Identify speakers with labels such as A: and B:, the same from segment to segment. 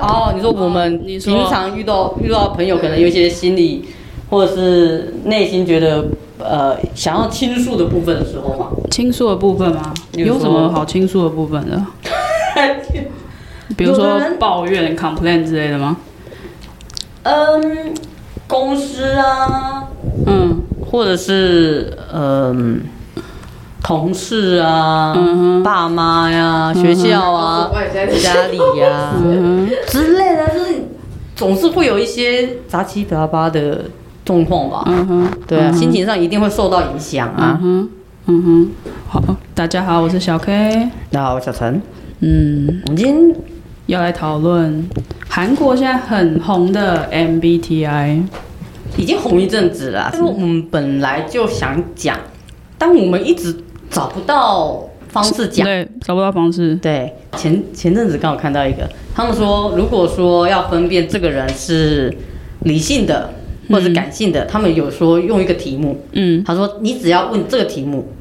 A: 哦，你说我们
B: 你
A: 平
B: 说
A: 常遇到遇到朋友，可能有一些心理或者是内心觉得呃想要倾诉的部分的时候 嘛，
B: 倾诉的部分吗？
A: 比如说
B: 有什么好倾诉的部分的？比如
A: 有
B: 说
A: 的人
B: 抱怨、complain 之类的吗？
A: 嗯，公司啊，
B: 嗯
A: 或者是嗯、同事啊、
B: 嗯哼
A: 爸妈呀、学校啊、家里呀、
B: 嗯哼
A: 之类的，就是总是会有一些杂七杂八的状况吧。
B: 嗯哼，
A: 对啊，
B: 嗯哼
A: 心情上一定会受到影响
B: 嗯
A: 啊。
B: 哼，嗯哼。好，大家好，我是小 K。
A: 大家好，我小陈，
B: 嗯。
A: 我们今天
B: 要来讨论韩国现在很红的 MBTI。
A: 已经红一阵子了
B: 嗯
A: 啊，但是我们本来就想讲，但我们一直找不到方式讲。
B: 对，找不到方式。
A: 对，前前阵子刚好看到一个，他们说，如果说要分辨这个人是理性的或者是感性的，他们有说用一个题目，
B: 嗯
A: 他说你只要问这个题目，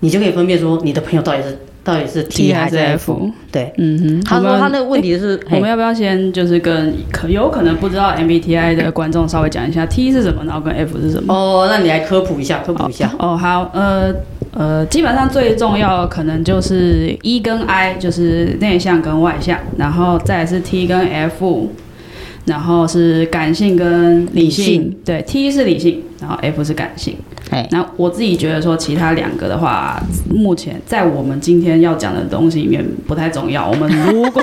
A: 你就可以分辨说你的朋友到底是到底是 T 还是 F。对，
B: 嗯哼，
A: 他
B: 我
A: 说
B: 们哎
A: 他那个问题是，
B: 我们
A: 嘿
B: 要不要先就是跟可有可能不知道 MBTI 的观众稍微讲一下 T 是什么，然后跟 F 是什么？
A: 哦，那你来科普一下，科普一下。
B: 哦，好，呃呃，基本上最重要的可能就是 E 跟 I，就是内向跟外向，然后再来是 T 跟 F，然后是感性跟理性。
A: 理性
B: 对，T 是理性，然后 F 是感性。
A: 哎，
B: 那我自己觉得说，其他两个的话，目前在我们今天要讲的东西里面不太重要。我们如果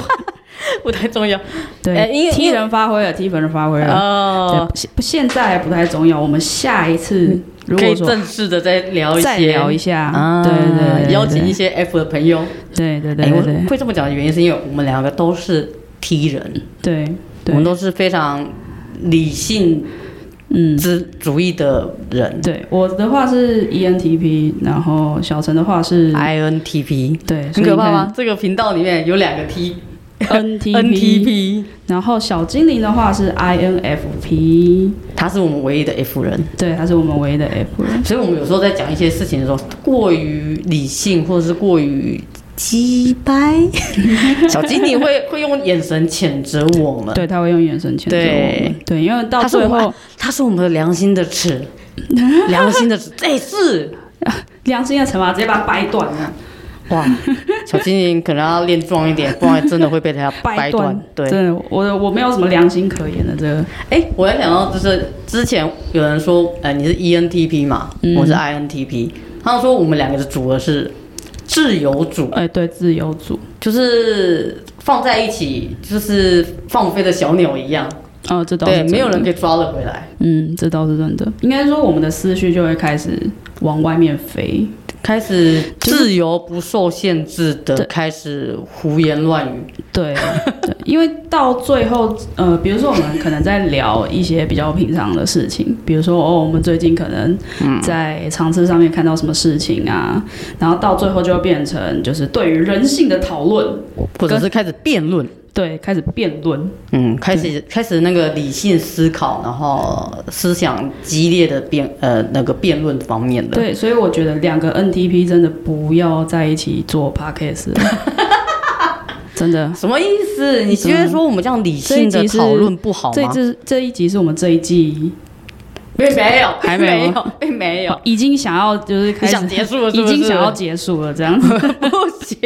A: 不太重要。 哎因
B: 对
A: 为
B: T 人发挥了，T 粉人发挥了，
A: 哦，
B: 对现现在还不太重要。我们下一次如
A: 可
B: 果
A: 以
B: 说
A: 正式的嗯再聊一些，
B: 再聊一下，
A: 啊，
B: 对对对，
A: 邀请一些 F 的朋友。
B: 对，对对
A: 哎，
B: 对
A: 我
B: 对
A: 会这么讲的原因是因为我们两个都是 T 人，
B: 对
A: 我
B: 对，
A: 们都是非常理性
B: 嗯。
A: 之主义的人
B: 对我的话是 E ENTP，然后小陈的话是
A: ，INTP，
B: 对，
A: 很可怕吗？这个频道里面有两个 T，NTP，
B: ？NTP，然后小精灵的话是 INFP，
A: 他是我们唯一的 F 人，
B: 对，他是我们唯一的 F 人。
A: 所以我们有时候在讲一些事情的时候，过于理性或者是过于。鸡掰， 小精灵会会用眼神谴责我们，
B: 对，他会用眼神谴责我们。对，因为到
A: 他是
B: 最
A: 我
B: 后
A: 们，，他是我们的良心的尺，良心的尺，哎、是，
B: 良心的惩罚直接把它掰断了，
A: 哇，小精灵可能要练壮一点，不然真的会被他 掰断
B: 断。。
A: 对，
B: 真的，我的我没有什么良心可言的这个。
A: 哎、我还想到就是之前有人说，呃，你是 ENTP 嘛，
B: 嗯
A: 我是 INTP，他们说我们两个的组合是自由组，
B: 哎，对，自由组。
A: 就是放在一起，就是放飞的小鸟一样，
B: 哦，这倒是
A: 对，
B: 真的
A: 没有人可以抓得回来，
B: 嗯，这倒是真的。应该说，我们的思绪就会开始往外面飞。
A: 开始
B: 就是
A: 自由不受限制的
B: 对
A: 开始胡言乱语。
B: 对，对，因为到最后，呃，比如说我们可能在聊一些比较平常的事情，比如说哦，我们最近可能在尝试上面看到什么事情啊，然后到最后就会变成就是对于人性的讨论，
A: 或者是开始辩论，
B: 对，开始辩论。
A: 嗯，开始开始那个理性思考，然后思想激烈的辩呃那个辩论方面的，
B: 对，所以我觉得两个 NTP 真的不要在一起做 podcast，了真的。
A: 什么意思？你觉得说我们这样理性
B: 这一
A: 的
B: 集是
A: 讨论不好
B: 这一
A: 吗？
B: 支这一集是我们这一季
A: 并没有，
B: 还
A: 并
B: 没有
A: 有， 并没有，
B: 已经想要就是开
A: 你
B: 始
A: 想结束了是
B: 已
A: 不是？
B: 经想要结束了，这样
A: 不行，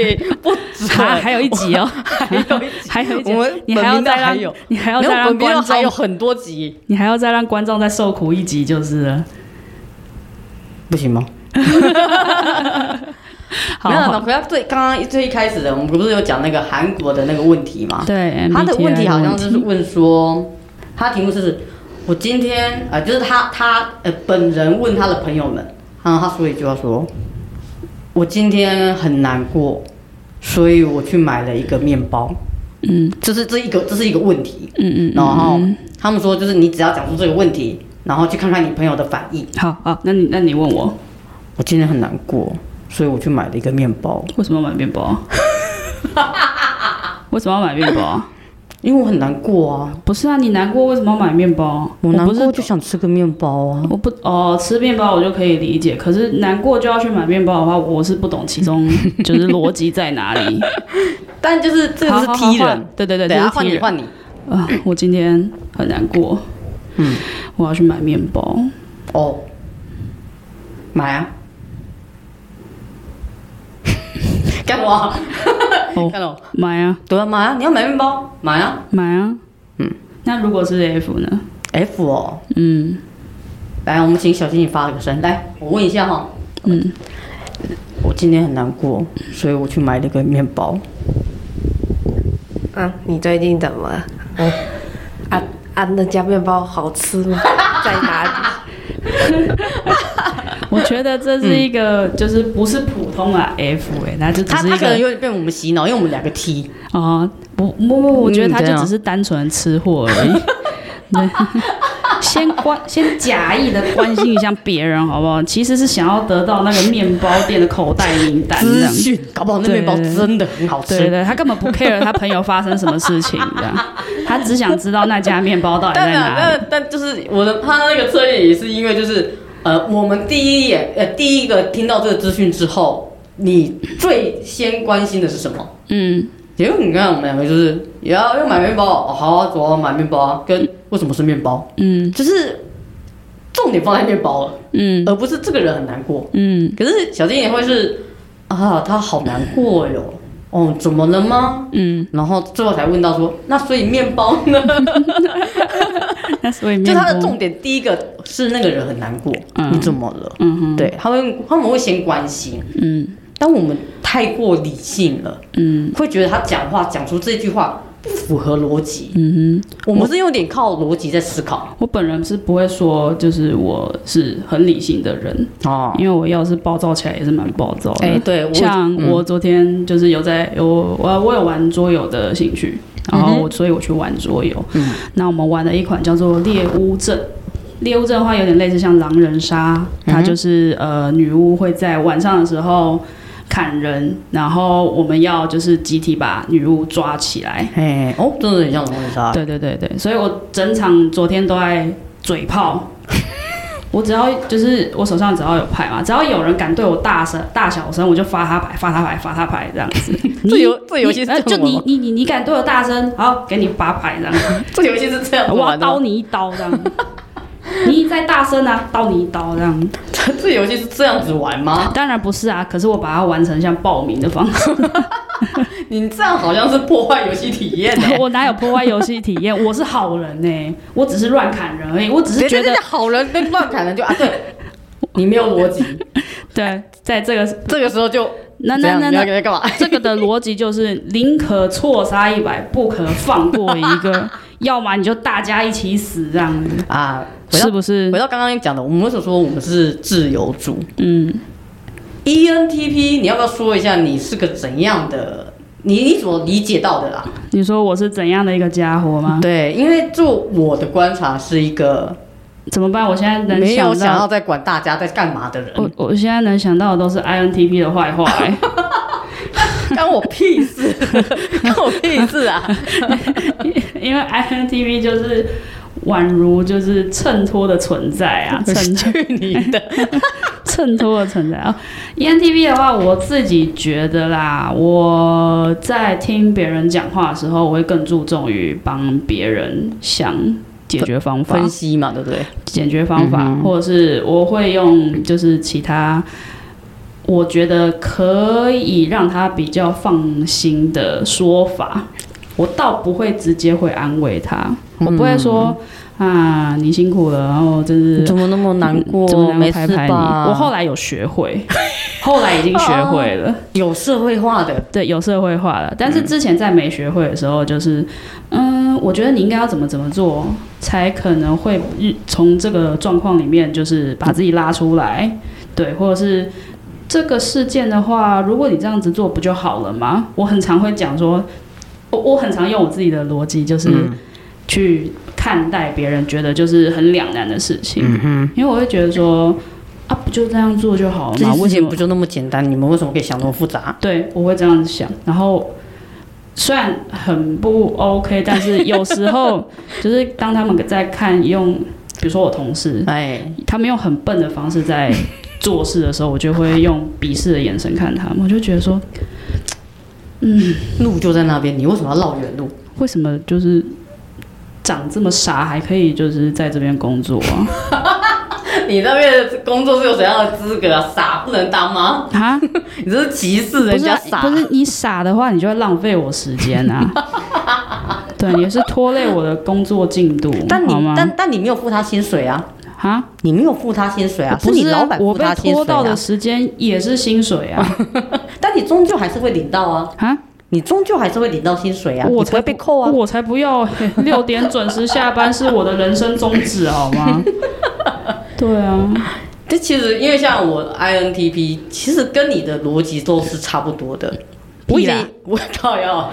A: 不止，
B: 还还有一集哦，
A: 还有一集，
B: 还有一集
A: 啊我，们
B: 你还要
A: 本频道
B: 再
A: 还
B: 让
A: 有，
B: 你还要
A: 没
B: 再
A: 有
B: 让
A: 本频道
B: 观
A: 还有
B: 众，
A: 很多集，
B: 你还要再让观众再受苦一集就是了。
A: 不行吗？
B: 好
A: 没有，
B: 好
A: 那回到最刚刚最一开始的，我们不是有讲那个韩国的那个问题吗？
B: 对，
A: 他的
B: MBTI
A: 问题好像
B: 问
A: 就是问说，他题目是我今天啊、呃就是他他呃本人问他的朋友们，然后他说一句话说，我今天很难过，所以我去买了一个面包，
B: 嗯
A: 这是这一个这是一个问题。
B: 嗯嗯，
A: 然后
B: 嗯
A: 他们说，就是你只要讲出这个问题，然后去看看你朋友的反应。
B: 好好，那你那你问我
A: 我今天很难过，所以我去买了一个面包，
B: 为什么要买面包？ 为什么要买面包 啊？
A: 因为我很难过啊，
B: 不是啊，你难过为什么要买面包？
A: 我难
B: 不是
A: 过就想吃个面包啊。
B: 我不哦，吃面包我就可以理解，可是难过就要去买面包的话，我是不懂其 中就是逻辑在哪里。
A: 但就是这个是
B: 好
A: 踢，
B: 好好
A: 人，
B: 换对对对，
A: 对
B: 这
A: 啊，
B: 是
A: 换
B: 踢
A: 你
B: 人
A: 换你，
B: 啊！我今天很难过，
A: 嗯，
B: 我要去买面 包，
A: 哦，买啊， 干什么？
B: 哦
A: 干什么？
B: 买啊
A: 对啊，买啊，你要买面包，买啊
B: 买啊，嗯。那如果是 F 呢？
A: ，F 哦。
B: 嗯
A: 来，我们请小星星发了个声。来，我问一下哈，
B: 嗯，
A: 我今天很难过，所以我去买了个面包。
C: 嗯，你最近怎么了？啊啊，那家面包好吃 吗？在哪里？
B: 我觉得这
A: 嗯
B: 是一个就是不是普通的 F 哎、那就只
A: 他
B: 是
A: 他
B: 一
A: 可能
B: 个
A: 有点被我们洗脑，因为我们两个 T，
B: 哦，不不不，我觉得他
A: 嗯
B: 就
A: 怎样
B: 只是单纯吃货而 已。对先关先假意的关心一下别人好不好？其实是想要得到那个面包店的口袋名单这
A: 资
B: 样。
A: 讯，搞不好那面包真的很好
B: 对
A: 吃。
B: 对，他根本不 care 他朋友发生什么事情的，他只想知道那家面包到底在
A: 但啊 但
B: 哪里。
A: 但但就是我的他那个策略也是因为就是呃，我们第一眼呃第一个听到这个资讯之后，你最先关心的是什么？
B: 嗯，
A: 结果你看我们两个就是也要要买面包，哦、好啊，走啊，买面包啊，跟为什么是面包？
B: 嗯
A: 就是重点放在面包了，
B: 嗯
A: 而不是这个人很难过。
B: 嗯
A: 可是小丁也会是啊，他好难过哟。哦，怎么了吗？
B: 嗯，
A: 然后最后才问到说，那所以面包呢？
B: 那所以
A: 就
B: 面包
A: 他的重点，第一个是那个人很难过，
B: 嗯
A: 你怎么了？
B: 嗯哼
A: 对，他会他们会先关心，
B: 嗯
A: 但我们太过理性了，
B: 嗯
A: 会觉得他讲话讲出这句话不符合逻辑。
B: 嗯
A: 我们是有点靠逻辑在思考
B: 哼，我本人是不会说，就是我是很理性的人，
A: 哦。
B: 因为我要是暴躁起来也是蛮暴躁的。
A: 哎、对，我
B: 像
A: 嗯
B: 我昨天就是有在有我我有玩桌游的兴趣，然后我所以我去玩桌游。
A: 嗯
B: 那我们玩了一款叫做《猎巫阵》。猎巫阵的话有点类似像狼人杀，
A: 嗯
B: 它就是、呃女巫会在晚上的时候砍人，然后我们要就是集体把女巫抓起来。
A: 哎、哦，真的很像狼人杀。
B: 对对对对，所以我整场昨天都在嘴炮。 我只要就是我手上只要有牌嘛，只要有人敢对我大声大小声，我就发他牌，发他牌，发他牌这样 子。
A: 这
B: 你
A: 游这游戏
B: 你
A: 是
B: 呃
A: 这
B: 就
A: 样玩
B: 你
A: 吗
B: 你你你敢对我大声，好，给你发牌这样子，
A: 这游戏是这样
B: 我要
A: 玩的吗
B: 刀你一刀 这样。你再大声啊，刀你一刀这样。
A: 这这游戏是这样子玩吗？
B: 当然不是啊，可是我把它完成像报名的方 式。
A: 你这样好像是破坏游戏体验的、
B: 我哪有破坏游戏体验？我是好人呢、我只是乱砍人 而已，我只是觉得
A: 好人跟乱砍人就啊，对，你没有逻 辑，
B: 对，在这个
A: 这个时候就
B: 那
A: 这
B: 那
A: 样
B: 那
A: 你要
B: 那
A: 给他干嘛？
B: 这个的逻辑就是宁可错杀一百，不可放过一 个，要么你就大家一起死这样子，
A: 啊，回到
B: 是不是
A: 回？到刚刚讲的，我们为什么说我们是自由主 E
B: 嗯，
A: ？ENTP，你要不要说一下你是个怎样的？你你所理解到的啦？
B: 你说我是怎样的一个家伙吗？
A: 对，因为就我的观察是一个
B: 怎么办？我现在能
A: 没有想
B: 到，
A: 要在管大家在干嘛的人，
B: 我我现在能想到的都是 INTP 的 坏话、欸，
A: 干我屁 事，干我屁事 啊！
B: 因为 INTP 就是宛如就是衬托的存在啊，衬托。
A: 去你的！
B: 衬托的存在啊。ENTP 的话，我自己觉得啦，我在听别人讲话的时候，我会更注重于帮别人想解决方法
A: 分、析嘛，对不对？
B: 解决方法，
A: 嗯哼
B: 或者是我会用就是其他。我觉得可以让他比较放心的说法，我倒不会直接会安慰他，我不会
A: 嗯
B: 说、啊你辛苦了，然后真是
A: 怎么那么难过？
B: 嗯怎么能
A: 没
B: 拍
A: 事
B: 拍你？
A: 吧？
B: 我后来有学 会，后来已经学会了，
A: 有社会化的，
B: 对，有社会化了。但是之前在没学会的时候，就是，嗯，我觉得你应该要怎么怎么做，才可能会从这个状况里面，就是把自己拉出来，对，或者是。 这个事件的话，如果你这样子做不就好了吗？我很常会讲说，我我很常用我自己的逻辑，就是去看待别人觉得就是很两难的事情，因为我会觉得说啊，不就这样做就好了
A: 这
B: 嘛，
A: 件
B: 为
A: 事
B: 什
A: 情
B: 么
A: 不就那么简单？你们为什么可以想那么复杂？
B: 对，我会这样子想。然后虽然很不 OK，但是有时 候就是当他们在看用，比如说我同事，
A: 哎，
B: 他们用很笨的方式在做事的时候，我就会用鄙视的眼神看他们，我就觉得说，
A: 路就在那边，你为什么要绕远路？
B: 为什么就是长这么傻，还可以就是在这边工作啊？
A: 你那边的工作是有怎样的资格啊？傻不能当吗？
B: 啊，
A: 你这是歧视
B: 不
A: 人
B: 是
A: 家
B: 啊
A: 傻。
B: 不是你傻的话，你就会浪费我时间啊。对，也是拖累我的工作进度，
A: 但
B: 好
A: 你
B: 吗？
A: 但但你没有付他薪水啊，
B: 啊，
A: 你没有付他薪水啊，
B: 不
A: 你
B: 啊
A: 老板
B: 我
A: 付
B: 被
A: 他薪
B: 拖
A: 水
B: 到的
A: 啊，
B: 时间也是薪水啊
A: 但你终究还是会领到啊，
B: 啊！
A: 你终究还是会领到薪水啊，
B: 我
A: 你不
B: 才
A: 会被扣啊。
B: 我才不要！六点准时下班是我的人生宗旨，好 吗？对啊，
A: 这其实因为像我 INTP，其实跟你的逻辑都是差不多的。我以
B: 屁啦
A: 前我 靠要，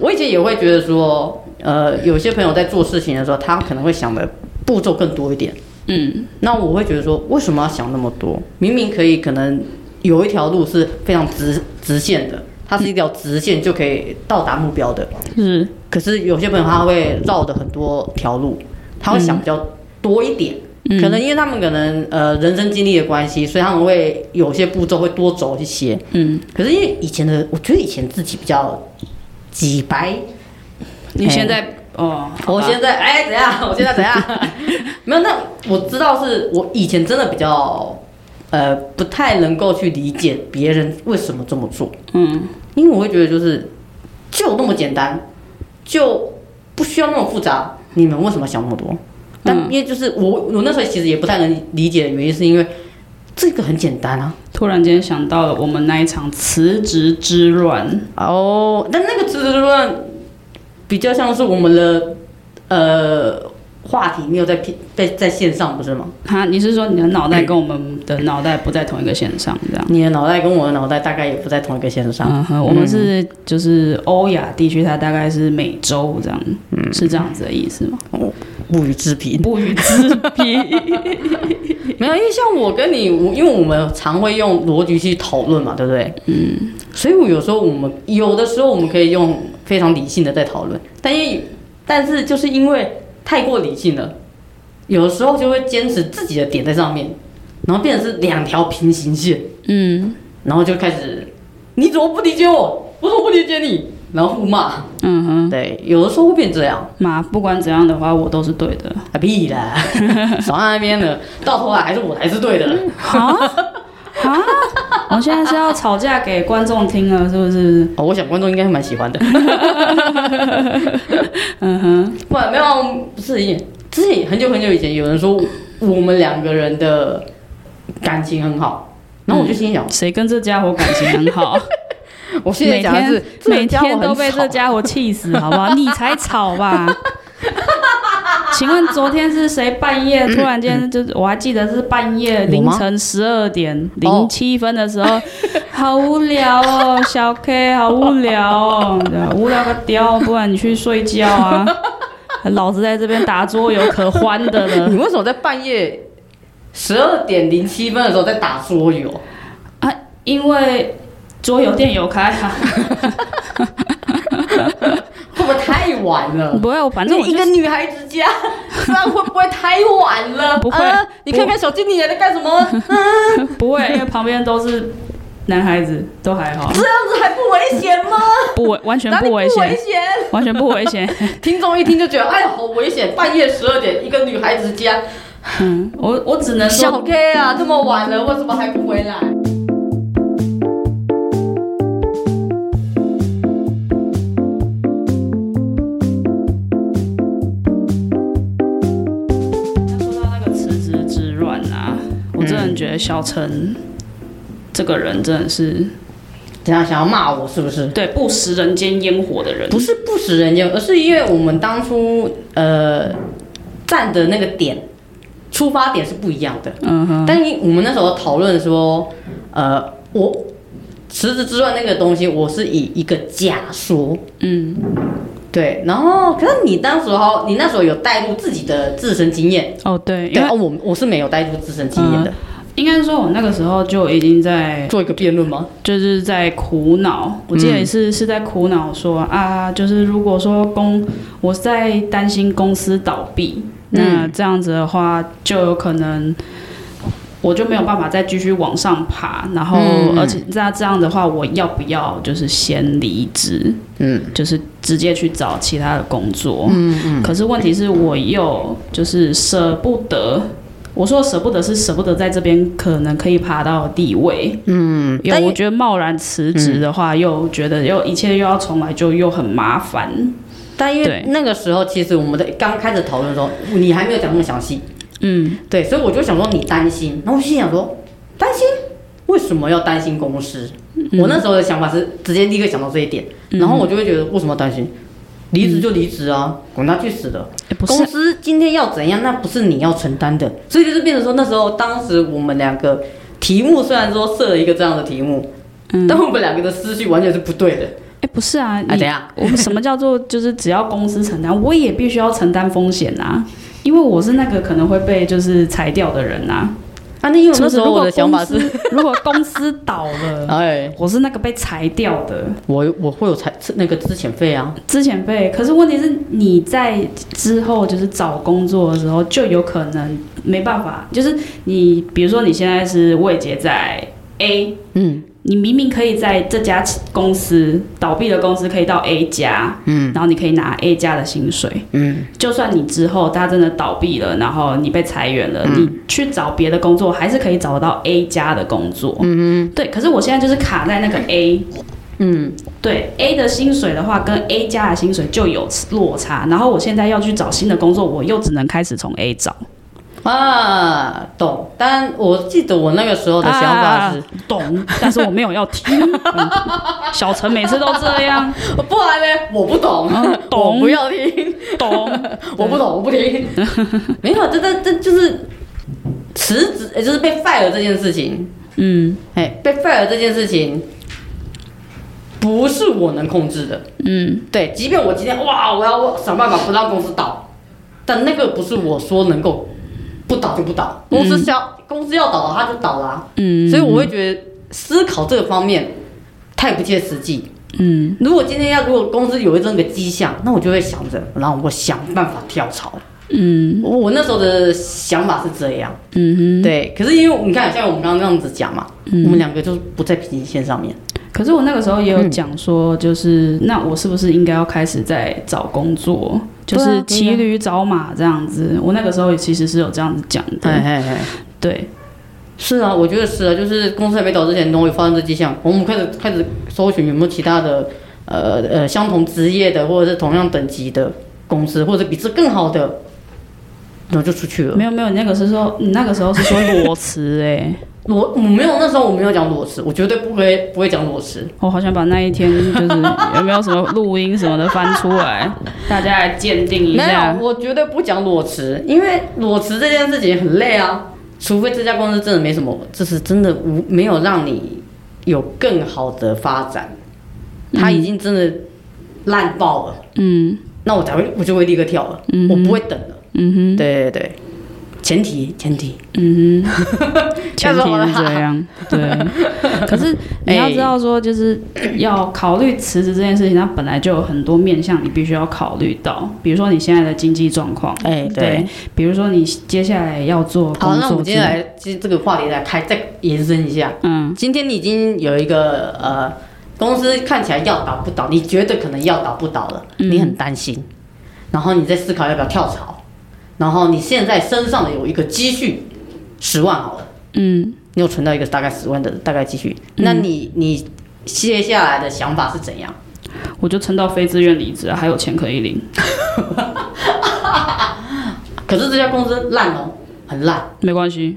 A: 我以前也会觉得说，呃，有些朋友在做事情的时候，他可能会想的步骤更多一点。
B: 嗯，
A: 那我会觉得说，为什么要想那么多？明明可以，可能有一条路是非常直直线的，它是一条直线就可以到达目标的。
B: 是
A: 可是有些朋友他会绕的很多条路，他会想比较多一点。
B: 嗯
A: 可能因为他们可能呃人生经历的关系，所以他们会有些步骤会多走一些。
B: 嗯，
A: 可是因为以前的，我觉得以前自己比较几白，
B: 你现在哦，好
A: 我
B: 吧
A: 现在哎、怎样？我现在怎样？ 没有，那我知道是我以前真的比较呃不太能够去理解别人为什么这么做，
B: 嗯
A: 因为我会觉得就是就那么简单，就不需要那么复杂，你们为什么想那么多？但
B: 嗯
A: 因为就是我我那时候其实也不太能理解的原因，是因为这个很简单啊。
B: 突然间想到了我们那一场辞职之乱，
A: 哦，但那个词论比较像是我们的呃话题没有在片在在线上不是吗？
B: 哈，你是说你的脑袋跟我们的脑袋不在同一个线上，这样？
A: 你的脑袋跟我的脑袋大概也不在同一个线上。
B: 嗯哼，我们是就是欧亚地区，它大概是每周这样，是这样子的意思吗？
A: 不予置评。
B: 不予置评。
A: 没有，因为像我跟你，我因为我们常会用逻辑去讨论嘛，对不对？嗯。所以我有时候我们有的时候我们可以用非常理性的在讨论，但因为但是就是因为太过理性了，有的时候就会坚持自己的点在上面，然后变成是两条平行线，
B: 嗯
A: 然后就开始你怎么不理解我？我怎么不理解你？然后互骂。
B: 嗯哼，
A: 对，有的时候会变这样。
B: 妈，不管怎样的话，我都是对的。
A: 啊屁 啦，少在那边了，到头来还是我才是对的。
B: 啊啊！我现在是要吵架给观众听了，是不是？
A: 哦，我想观众应该会蛮喜欢的。嗯哼，不然没有啊，我们不是也之前很久很久以前有人说我们两个人的感情很好，然后我就心里想，
B: 谁跟这家伙感情很好？
A: 我现在
B: 每
A: 讲的
B: 天
A: 是
B: 每天都被这
A: 这
B: 家伙气死，好不 好？你才吵吧。请问昨天是谁半夜突然间就是我还记得是半夜凌晨十二点零七分的时候，好无聊哦，小 K 好无聊哦，对啊无聊个屌，不然你去睡觉啊，老子在这边打桌游可欢的了
A: 你。为什么在半夜十二点零七分的时候在打桌游？
B: 啊，因为桌游店有开啊，
A: 会不会太晚了？
B: 不会，我反正我
A: 一
B: 就
A: 个
B: 是
A: 女孩 子家，这样会不会太晚了？
B: 不会
A: 啊你看看小经理在干 什么？嗯
B: 不会，因为旁边都是男孩子，都还好，
A: 这样子还不危险吗？
B: 不危完全
A: 哪里
B: 不危险，
A: 险？
B: 完全不危险。
A: 听众一听就觉得，哎呀，好危险！半夜十二点，一个女孩子家，
B: 嗯，我我只能
A: 小
B: 说，
A: K 啊，这么晚了，为什么还不回来？
B: 说到那个辞职之乱啊，我真的觉得小陈这个人真的是
A: 怎样想要骂我是不是？
B: 对不食人间烟火的人，
A: 不是不食人间，而是因为我们当初呃站的那个点，出发点是不一样的。
B: 嗯哼，
A: 但因我们那时候讨论说，呃，我池子之乱那个东西，我是以一个假说，
B: 嗯，
A: 对，然后可是你当时候你那时候有带入自己的自身经验，
B: 哦对，
A: 对
B: 因为嗯
A: 啊，我我是没有带入自身经验的，
B: 应该是说我那个时候就已经在
A: 做一个辩论吗？
B: 就是在苦恼，我记得也是、是在苦恼说啊，就是如果说公，我在担心公司倒闭，那这样子的话就有可能。我就没有办法再继续往上爬，然后、
A: 嗯嗯
B: 而且那这样的话，我要不要就是先离职？
A: 嗯，
B: 就是直接去找其他的工作。嗯嗯。可是问题是我又就是舍不得，我说的舍不得是舍不得在这边可能可以爬到的地位。嗯，有
A: 但也
B: 我觉得贸然辞职的话，又觉得又一切又要重来，就又很麻烦。
A: 但因为
B: 对
A: 那个时候其实我们在刚开始讨论的时候，你还没有讲那么详细，
B: 嗯，
A: 对，所以我就想说你担心，然后我心想说担心为什么要担心公司？我那时候的想法是直接立刻想到这一点，然后我就会觉得为什么要担心？离职就离职啊，管他去死的！
B: 诶不
A: 公
B: 是，
A: 司今天要怎样，那不是你要承担的，所以就是变成说那时候当时我们两个题目虽然说设了一个这样的题目，
B: 嗯
A: 但我们两个的思绪完全是不对的。
B: 哎，不是啊，
A: 哎，
B: 你
A: 等一下，
B: 我们什么叫做就是只要公司承担，我也必须要承担风险啊。因为我是那个可能会被就是裁掉的人啊，
A: 啊， 那因为我
B: 是
A: 那
B: 不是
A: 时候我的想法是，，
B: 如果公司如果公司倒了，
A: 哎，
B: 我是那个被裁掉的，
A: 我我会有裁那个资遣费啊，
B: 之前被，可是问题是你在之后就是找工作的时候，就有可能没办法，就是你比如说你现在是未结在 A，
A: 嗯，
B: 你明明可以在这家公司倒闭的公司可以到 A 加，嗯，然后你可以拿 A 加的薪水，
A: 嗯，
B: 就算你之后它真的倒闭了，然后你被裁员了，你去找别的工作还是可以找得到 A 加的工作，嗯对。可是我现在就是卡在那个 A，
A: 嗯，
B: 对 A 的薪水的话，跟 A 加的薪水就有落差。然后我现在要去找新的工作，我又只能开始从 A 找。
A: 啊，懂。但我记得我那个时候的想法是，
B: 啊懂，但是我没有要听。嗯小陈每次都这 样，
A: 不然呢，我不懂，
B: 啊 嗯懂
A: 我不要听，
B: 懂？
A: 我不懂，我 不听。没有，这这这就是辞职，也就是被 fire 这件事情，
B: 嗯
A: 哎，被 fire 这件事情。不是我能控制的，
B: 嗯
A: 对，即便我今天哇，我要想办法不让公司倒，但那个不是我说能够不倒就不倒，公司想、公司要倒了，它就倒了啊、
B: 嗯，
A: 所以我会觉得思考这个方面太不切实际。
B: 嗯
A: 如果今天要如果公司有这个迹象，那我就会想着，然后我想办法跳槽。
B: 嗯
A: 我我那时候的想法是这样，
B: 嗯
A: 对。可是因为你看，像我们刚刚这样子讲嘛，我们两个就是不在平行线上面。
B: 哼。可是我那个时候也有讲说，就是、那我是不是应该要开始在找工作，就
A: 对啊
B: 是
A: 可以啊
B: 骑驴找马这样子？我那个时候也其实是有这样子讲
A: 哎
B: 的，
A: 哎哎，
B: 对，
A: 是啊，我觉得是啊，就是公司还没倒之前，都会发生这迹象，我们开始开始搜寻有没有其他的呃呃相同职业的或者是同样等级的公司，或者比这更好的，然后就出去了。
B: 没有没有，你那个是说你那个时候是说裸辞哎、
A: 裸我没有那时候我没有讲裸辞，我绝对不会不会讲裸辞。
B: 我好想把那一天就是 有没有什么录音什么的翻出来， 大家来鉴定一
A: 没
B: 下
A: 有，。我绝对不讲裸辞，因为裸辞这件事情很累啊。除非这家公司真的没什么，这是真的无没有让你有更好的发展，它已经真的烂爆了，
B: 嗯
A: 那我才会我就会立刻跳了，
B: 嗯
A: 我不会等了。
B: 嗯哼
A: 对对对，前提前提，
B: 嗯哼，前提
A: 要不然
B: 是
A: 我哎
B: 这样。 对，可是你要知道说，就是要考虑辞职这件事情，它本来就有很多面向你必须要考虑到，比如说你现在的经济状况，
A: 哎
B: 对。，比如说你接下来要做
A: 好，
B: 工
A: 那我
B: 作
A: 们今
B: 之
A: 天
B: 类，
A: 来，其实这个话题来开再延伸一下。
B: 嗯
A: 今天你已经有一个呃公司看起来要倒不倒，你觉得可能要倒不倒了，
B: 嗯
A: 你很担心，然后你在思考要不要跳槽，然后你现在身上有一个积蓄十万好了，
B: 嗯
A: 你有存到一个大概十万的大概积蓄，那你你接下来的想法是怎样？
B: 我就撑到非自愿离职啊，还有钱可以领，
A: 可是这家公司烂哦，很烂，
B: 没关系，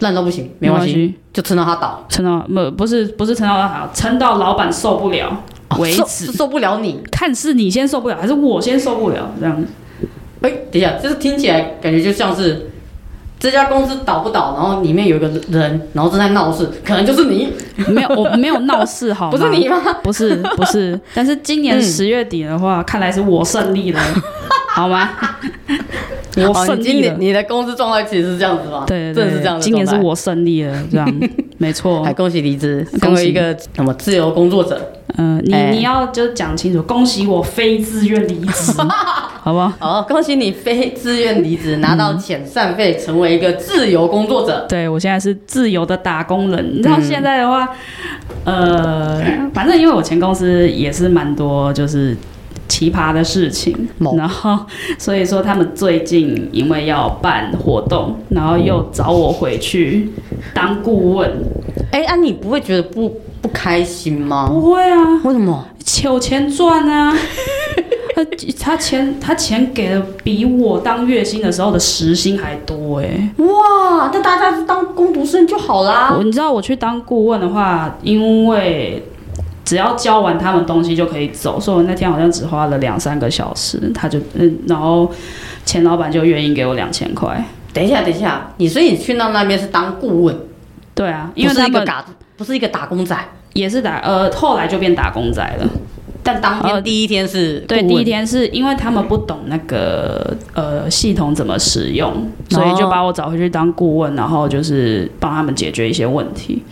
A: 烂到不行，没关系，
B: 系。
A: 就撑到它倒。
B: 撑到不不是不是撑到他好，撑到老板受不了为
A: 哦受
B: 止。
A: 受不了你，
B: 看是你先受不了，还是我先受不了？这样
A: 哎、等一下，这是听起来感觉就像是这家公司倒不倒，然后里面有一个人，然后正在闹事，可能就是你，
B: 没有， 我没有闹事，好吗？
A: 不是你吗？
B: 不是，不是。但是今年
A: 嗯
B: 十月底的话，看来是我胜利 了，好吗？我
A: 哦，
B: 胜
A: 你今
B: 利
A: 年
B: 了。
A: 你的公司状态其实是这样子吗？
B: 对
A: 真
B: 对
A: 的是这样
B: 对，
A: 的
B: 今年是
A: 状态。哎
B: 我胜利了，这 样没错
A: 还。恭喜离职，成
B: 恭喜
A: 为一个什么自由工作者
B: 嗯，你
A: 哎
B: 你要就讲清楚，恭喜我非自愿离 职，好不好？
A: 哦！恭喜你非自愿离职，拿到遣散费，成为一个自由工作者。
B: 对我现在是自由的打工人。你知道现在的话，呃，反正因为我前公司也是蛮多就是奇葩的事情
A: 某，
B: 然后所以说他们最近因为要办活动，然后又找我回去当顾问。
A: 哎、啊，你不会觉得不不开心吗？
B: 不会啊，
A: 为什么？
B: 有钱赚啊。 他他钱他钱给的比我当月薪的时候的时薪还多哎、
A: 哇，那大家就当工读生就好啦。
B: 我你知道我去当顾问的话，因为只要教完他们东西就可以走，所以我那天好像只花了两三个小时，他就嗯，然后钱老板就愿意给我两千块。
A: 等一下，等一下，你所以你去到那边是当顾问，
B: 对啊，因为
A: 不是
B: 他
A: 一个
B: 们
A: 打，不是一个打工仔，
B: 也是打呃，后来就变打工仔了。
A: 但当
B: 哦
A: 天第一天是
B: 对，
A: 顾
B: 第
A: 问
B: 一天是因为他们不懂那个呃系统怎么使用，所
A: 哦
B: 以就把我找回去当顾问，然后就是帮他们解决一些问题。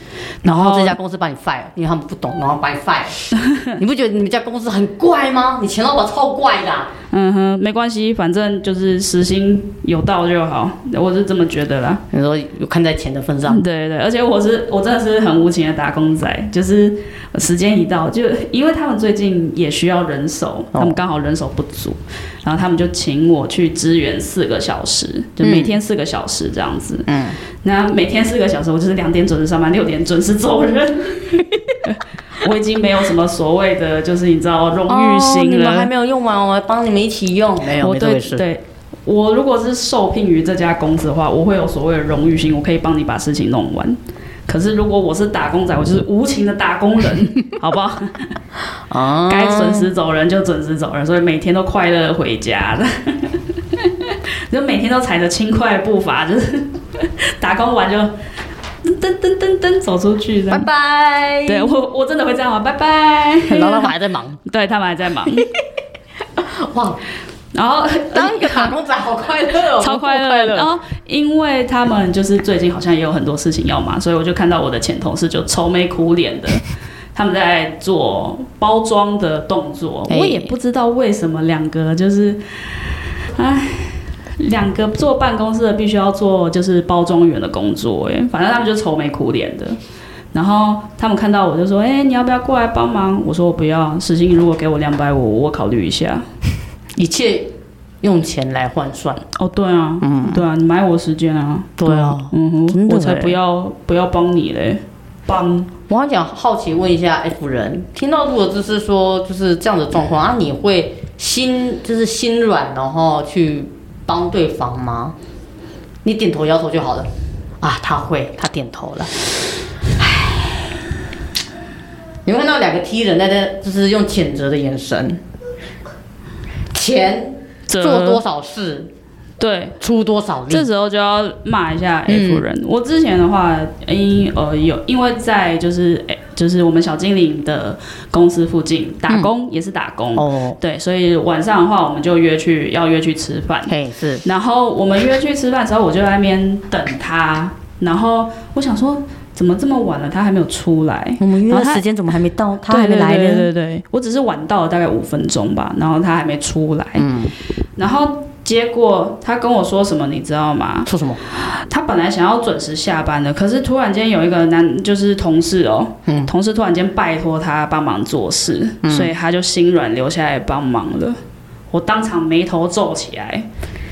A: 然后
B: 哦
A: 这家公司把你 fire，因为他们不懂，然后把你 fire。你不觉得你们家公司很怪吗？你前老板超怪的啊、
B: 嗯哼，没关系，反正就是时薪有到就好，我是这么觉得啦。
A: 你说有看在钱的份上，
B: 嗯对对对，而且我是我真的是很无情的打工仔，就是时间一到，就因为他们最近也需要人手，他
A: 哦
B: 们刚好人手不足，然后他们就请我去支援四个小时，就每天四个小时这样子。
A: 嗯，
B: 那每天四个小时，我就是两点准时上班，六点准时走人。 我已经没有什么所谓的，就是你知道荣誉
A: 哦你
B: 心
A: 们
B: 了。
A: 还没有用完，我还帮你们一起用。没有，
B: 我
A: 哎没这
B: 对
A: 回事。
B: 对，我如果是受聘于这家公司的话，我会有所谓的荣誉心，我可以帮你把事情弄完。可是如果我是打工仔，我就是无情的打工人， 好不好？
A: 啊，
B: 该准时走人就准时走人，所以每天都快乐地回家 的，就每天都踩着轻快的步伐，就是 打工完就噔噔噔噔噔走出去这
A: 拜
B: 样。
A: 拜。
B: 对我我真的会这样啊，拜拜。
A: 然后他们还在忙。
B: 对他们还在忙，
A: 哇，
B: 然后
A: 当一个打工仔好快乐哦，
B: 超快乐的。然后因为他们就是最近好像也有很多事情要忙，所以我就看到我的前同事就愁眉苦脸 的。他们在做包装的动作，
A: 哎
B: 我也不知道为什么两个就是，唉，两个坐办公室的必须要做就是包装员的工作，哎，反正他们就愁眉苦脸的。然后他们看到我就说：“哎、你要不要过来帮忙？”我说：“我不要。”时薪如果给我两百五，我考虑一下。
A: 一切用钱来换算。
B: 哦，对啊，嗯，对啊，你买我时间啊，
A: 对啊，
B: 嗯
A: 真
B: 哼，
A: 的
B: 我才
A: 欸
B: 不要不要帮你嘞，帮
A: 我想好奇问一下 F 人，听到如果就是说就是这样的状况啊，你会心就是心软，然后去帮对方吗？你点头摇头就好了。啊，他会，他点头了。唉，你会看到两个 T 人在那，就是用谴责的眼神。钱做多少事，
B: 对。
A: 出多少力
B: 嗯这，时候就要骂一
A: 嗯
B: 下 F 人。我之前的话，因呃有因为在就是哎就是我们小精灵的公司附近打工、也是打工，
A: 嗯哦，
B: 对，所以晚上的话我们就约去要约去吃饭。
A: 嘿是，
B: 然后我们约去吃饭的时候，我就在那边等他，然后我想说怎么这么晚了，他还没有出来。
A: 我们
B: 约的时
A: 间怎么还没到？
B: 对对对对对对，我只是晚到了大概五分钟吧，然后他还没出来，
A: 嗯，
B: 然后结果他跟我说什么，你知道吗？
A: 说什么？
B: 他本来想要准时下班的，可是突然间有一个男，就是同事哦，
A: 嗯
B: 同事突然间拜托他帮忙做事，所以他就心软留下来帮忙了。我当场眉头皱起来，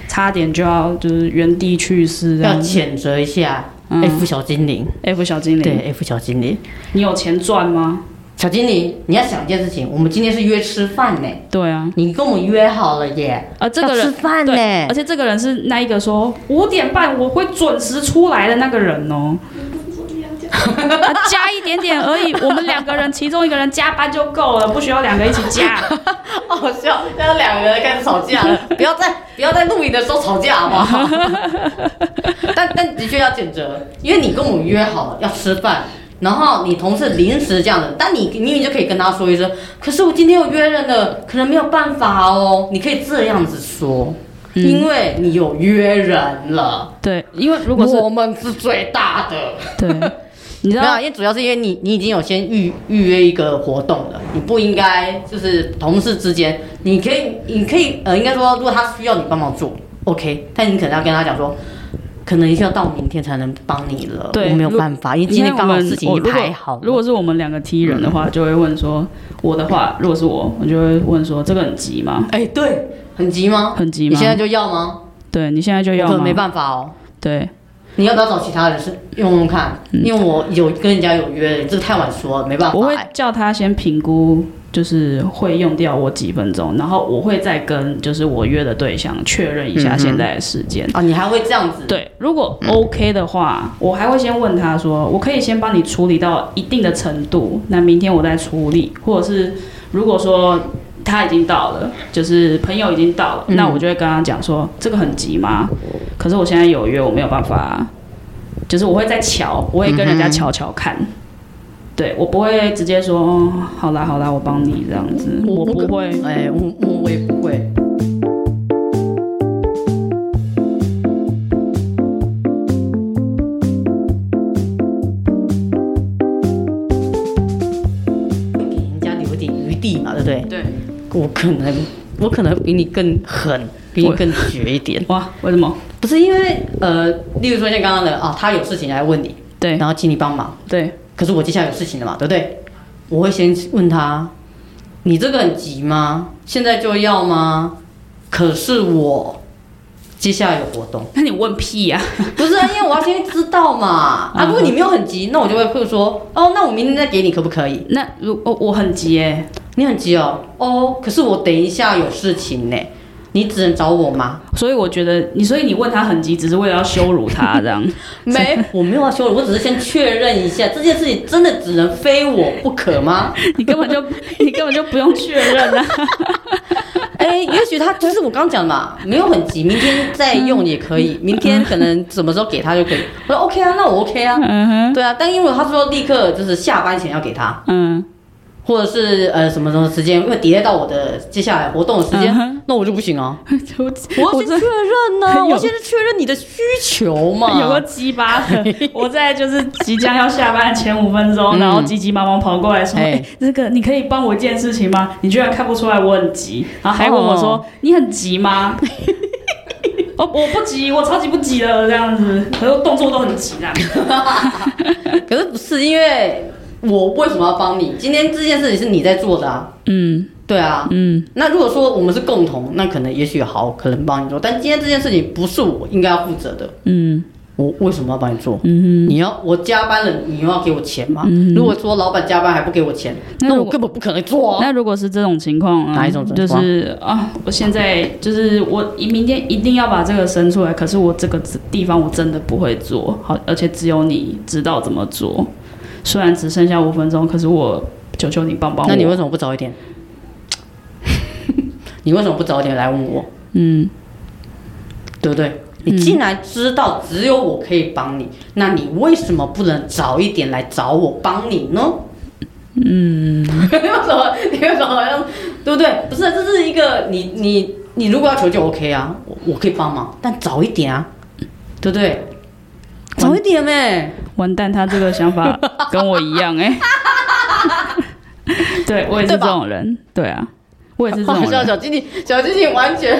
B: 差点就要就是原地去世这
A: 要
B: 样子。
A: 谴责一下
B: 嗯
A: F 小精灵，
B: F 小精灵，
A: 对 F 小精灵，
B: 你有钱赚吗？
A: 小精灵，你要想一件事情，我们今天是约吃饭呢，
B: 对啊，
A: 你跟我们约好了耶，
B: 啊，这个
A: 要
B: 人
A: 吃饭呢，
B: 对，而且这个 人是那一个说五点半我会准时出来的那个人哦。啊加一点点而已，我们两个人其中一个人加班就够了，不需要两个一起加。
A: 好笑，然后两个人开始吵架 了，不要在不要在录影的时候吵架好不好？但但的确要谴责，因为你跟我们约好了要吃饭，然后你同事临时这样的，但你你也就可以跟他说一声，可是我今天有约人的，可能没有办法哦，你可以这样子说。
B: 嗯
A: 因为你有约人了，
B: 对，因为如果是
A: 我们是最大的，
B: 对，你知
A: 没有，啊
B: 道，
A: 因为主要是因为你你已经有先预预约一个活动了，你不应该就是同事之间，你可以你可以呃，应该说如果他需要你帮忙做，OK，但你可能要跟他讲说。可能要到明天才能帮你了，
B: 对
A: 我没有办法，因为今天刚好事情
B: 我
A: 已
B: 如
A: 经
B: 果
A: 排好了。
B: 如果是我们两哦个 T 人的话，就会问说，我的话，如果是我，我就会问说，这个很急吗？
A: 哎、对，很急吗？
B: 很急
A: 你
B: 吗
A: 现？在就要吗？
B: 对你现在就
A: 我
B: 要
A: 可
B: 吗
A: 能没？办法哦。
B: 对，
A: 你要不要找其他人是用用看？因为我有跟人家有约，这个太晚说了，没办
B: 嗯
A: 法、
B: 我会
A: 哎
B: 叫他先评估，就是会用掉我几分钟，然后我会再跟就是我约的对象确认
A: 嗯
B: 一下现在的时间。
A: 啊，你还会这样子？
B: 对，如果 OK 的话，我还会先问他说，我可以先帮你处理到一定的程度，那明天我再处理，或者是如果说他已经到了，就是朋友已经到了，
A: 嗯
B: 那我就会跟他讲说，这个很急吗？可是我现在有约，我没有办法，就是我会再瞧，我会跟人家瞧瞧看。对，我不会直接说，哦，好啦好啦，我帮你这样子，我不会。
A: 哎、我我我也不会。给人家留一点余地嘛，对不对？
B: 对，
A: 我可能我可能比你更狠，比你
B: 我
A: 更绝一点。
B: 哇，为什么？
A: 不是因为呃，例如说像刚刚的啊，他有事情来问你，
B: 对
A: 然后请你帮忙，
B: 对，
A: 可是我接下来有事情了嘛，对不对？我会先问他，你这个很急吗？现在就要吗？可是我接下来有活动，
B: 那你问屁呀、
A: 不是、啊、因为我要先知道嘛。啊，
B: 嗯
A: 如果你没有很急，那我就会会说，哦，那我明天再给你，可不可以？
B: 那如我、我很急哎、
A: 你很急哦，哦，可是我等一下有事情呢，你只能找我吗？
B: 所以我觉得你，所以你问他很急，只是为了要羞辱他这样。
A: 没， 我没有要羞辱，我只是先确认一下这件事情真的只能非我不可吗？
B: 你根本就你根本就不用确认啊。
A: 哎、也许他就是我刚讲的嘛，没有很急，明天再用也可
B: 嗯
A: 以，明天可能什么时候给他就可以。我说 OK 啊，那我 OK 啊，
B: 嗯哼，
A: 对啊。但因为他说立刻就是下班前要给他，
B: 嗯，
A: 或者是呃什么什么时间，因为叠到我的接下来活动的时间
B: 嗯哼
A: 那我就不行啊。
B: 我
A: 我
B: 我这
A: 要先确认呢、
B: 很有
A: 我先确认你的需求嘛。
B: 有个啊鸡巴 的，我在就是即将要下班的前五分 钟，
A: 嗯
B: 然后急急忙忙跑过来说：“
A: 哎
B: 哎，这个你可以帮我一件事情吗？”你居然看不出来我很急，然后还问我
A: 哦
B: 说：“你很急吗？” 哦，我不急，我超级不急的这样子，可是我动作都很急这样。
A: 可是不是因为我为什么要帮你？今天这件事情是你在做的啊，
B: 嗯
A: 对啊，
B: 嗯，
A: 那如果说我们是共同，那可能也许好，可能帮你做，但今天这件事情不是我应该要负责的，
B: 嗯
A: 我为什么要帮你做？
B: 嗯
A: 你要我加班了，你又要给我钱吗？如果说老板加班还不给我钱，
B: 那
A: 那
B: 如
A: 我
B: 果
A: 根本不可能做啊。
B: 那如果是这种情况呢？啊
A: 哪一种情况
B: 就是啊，我现在就是我明天一定要把这个生出来，可是我这个地方我真的不会做好，而且只有你知道怎么做。虽然只剩下五分钟，可是我求求你帮帮我。
A: 那你为什么不早一点？ 你为什么不早一点来问我？
B: 嗯，
A: 对不对？你既然知道只有我可以帮你，那你为什么不能早一点来找我帮你呢？嗯， 你为什么？你为什么好像对不对？不是，这是一个你你你如果要求救，OK 啊，我我可以帮忙，但早一点啊，对不对？早一点呗、欸
B: 完蛋，他这个想 法跟我一样哎、对我也是
A: 对
B: 这
A: 吧
B: 种人，对啊，我也是这
A: 好
B: 种
A: 笑，
B: 人。
A: 小经理，小经理完全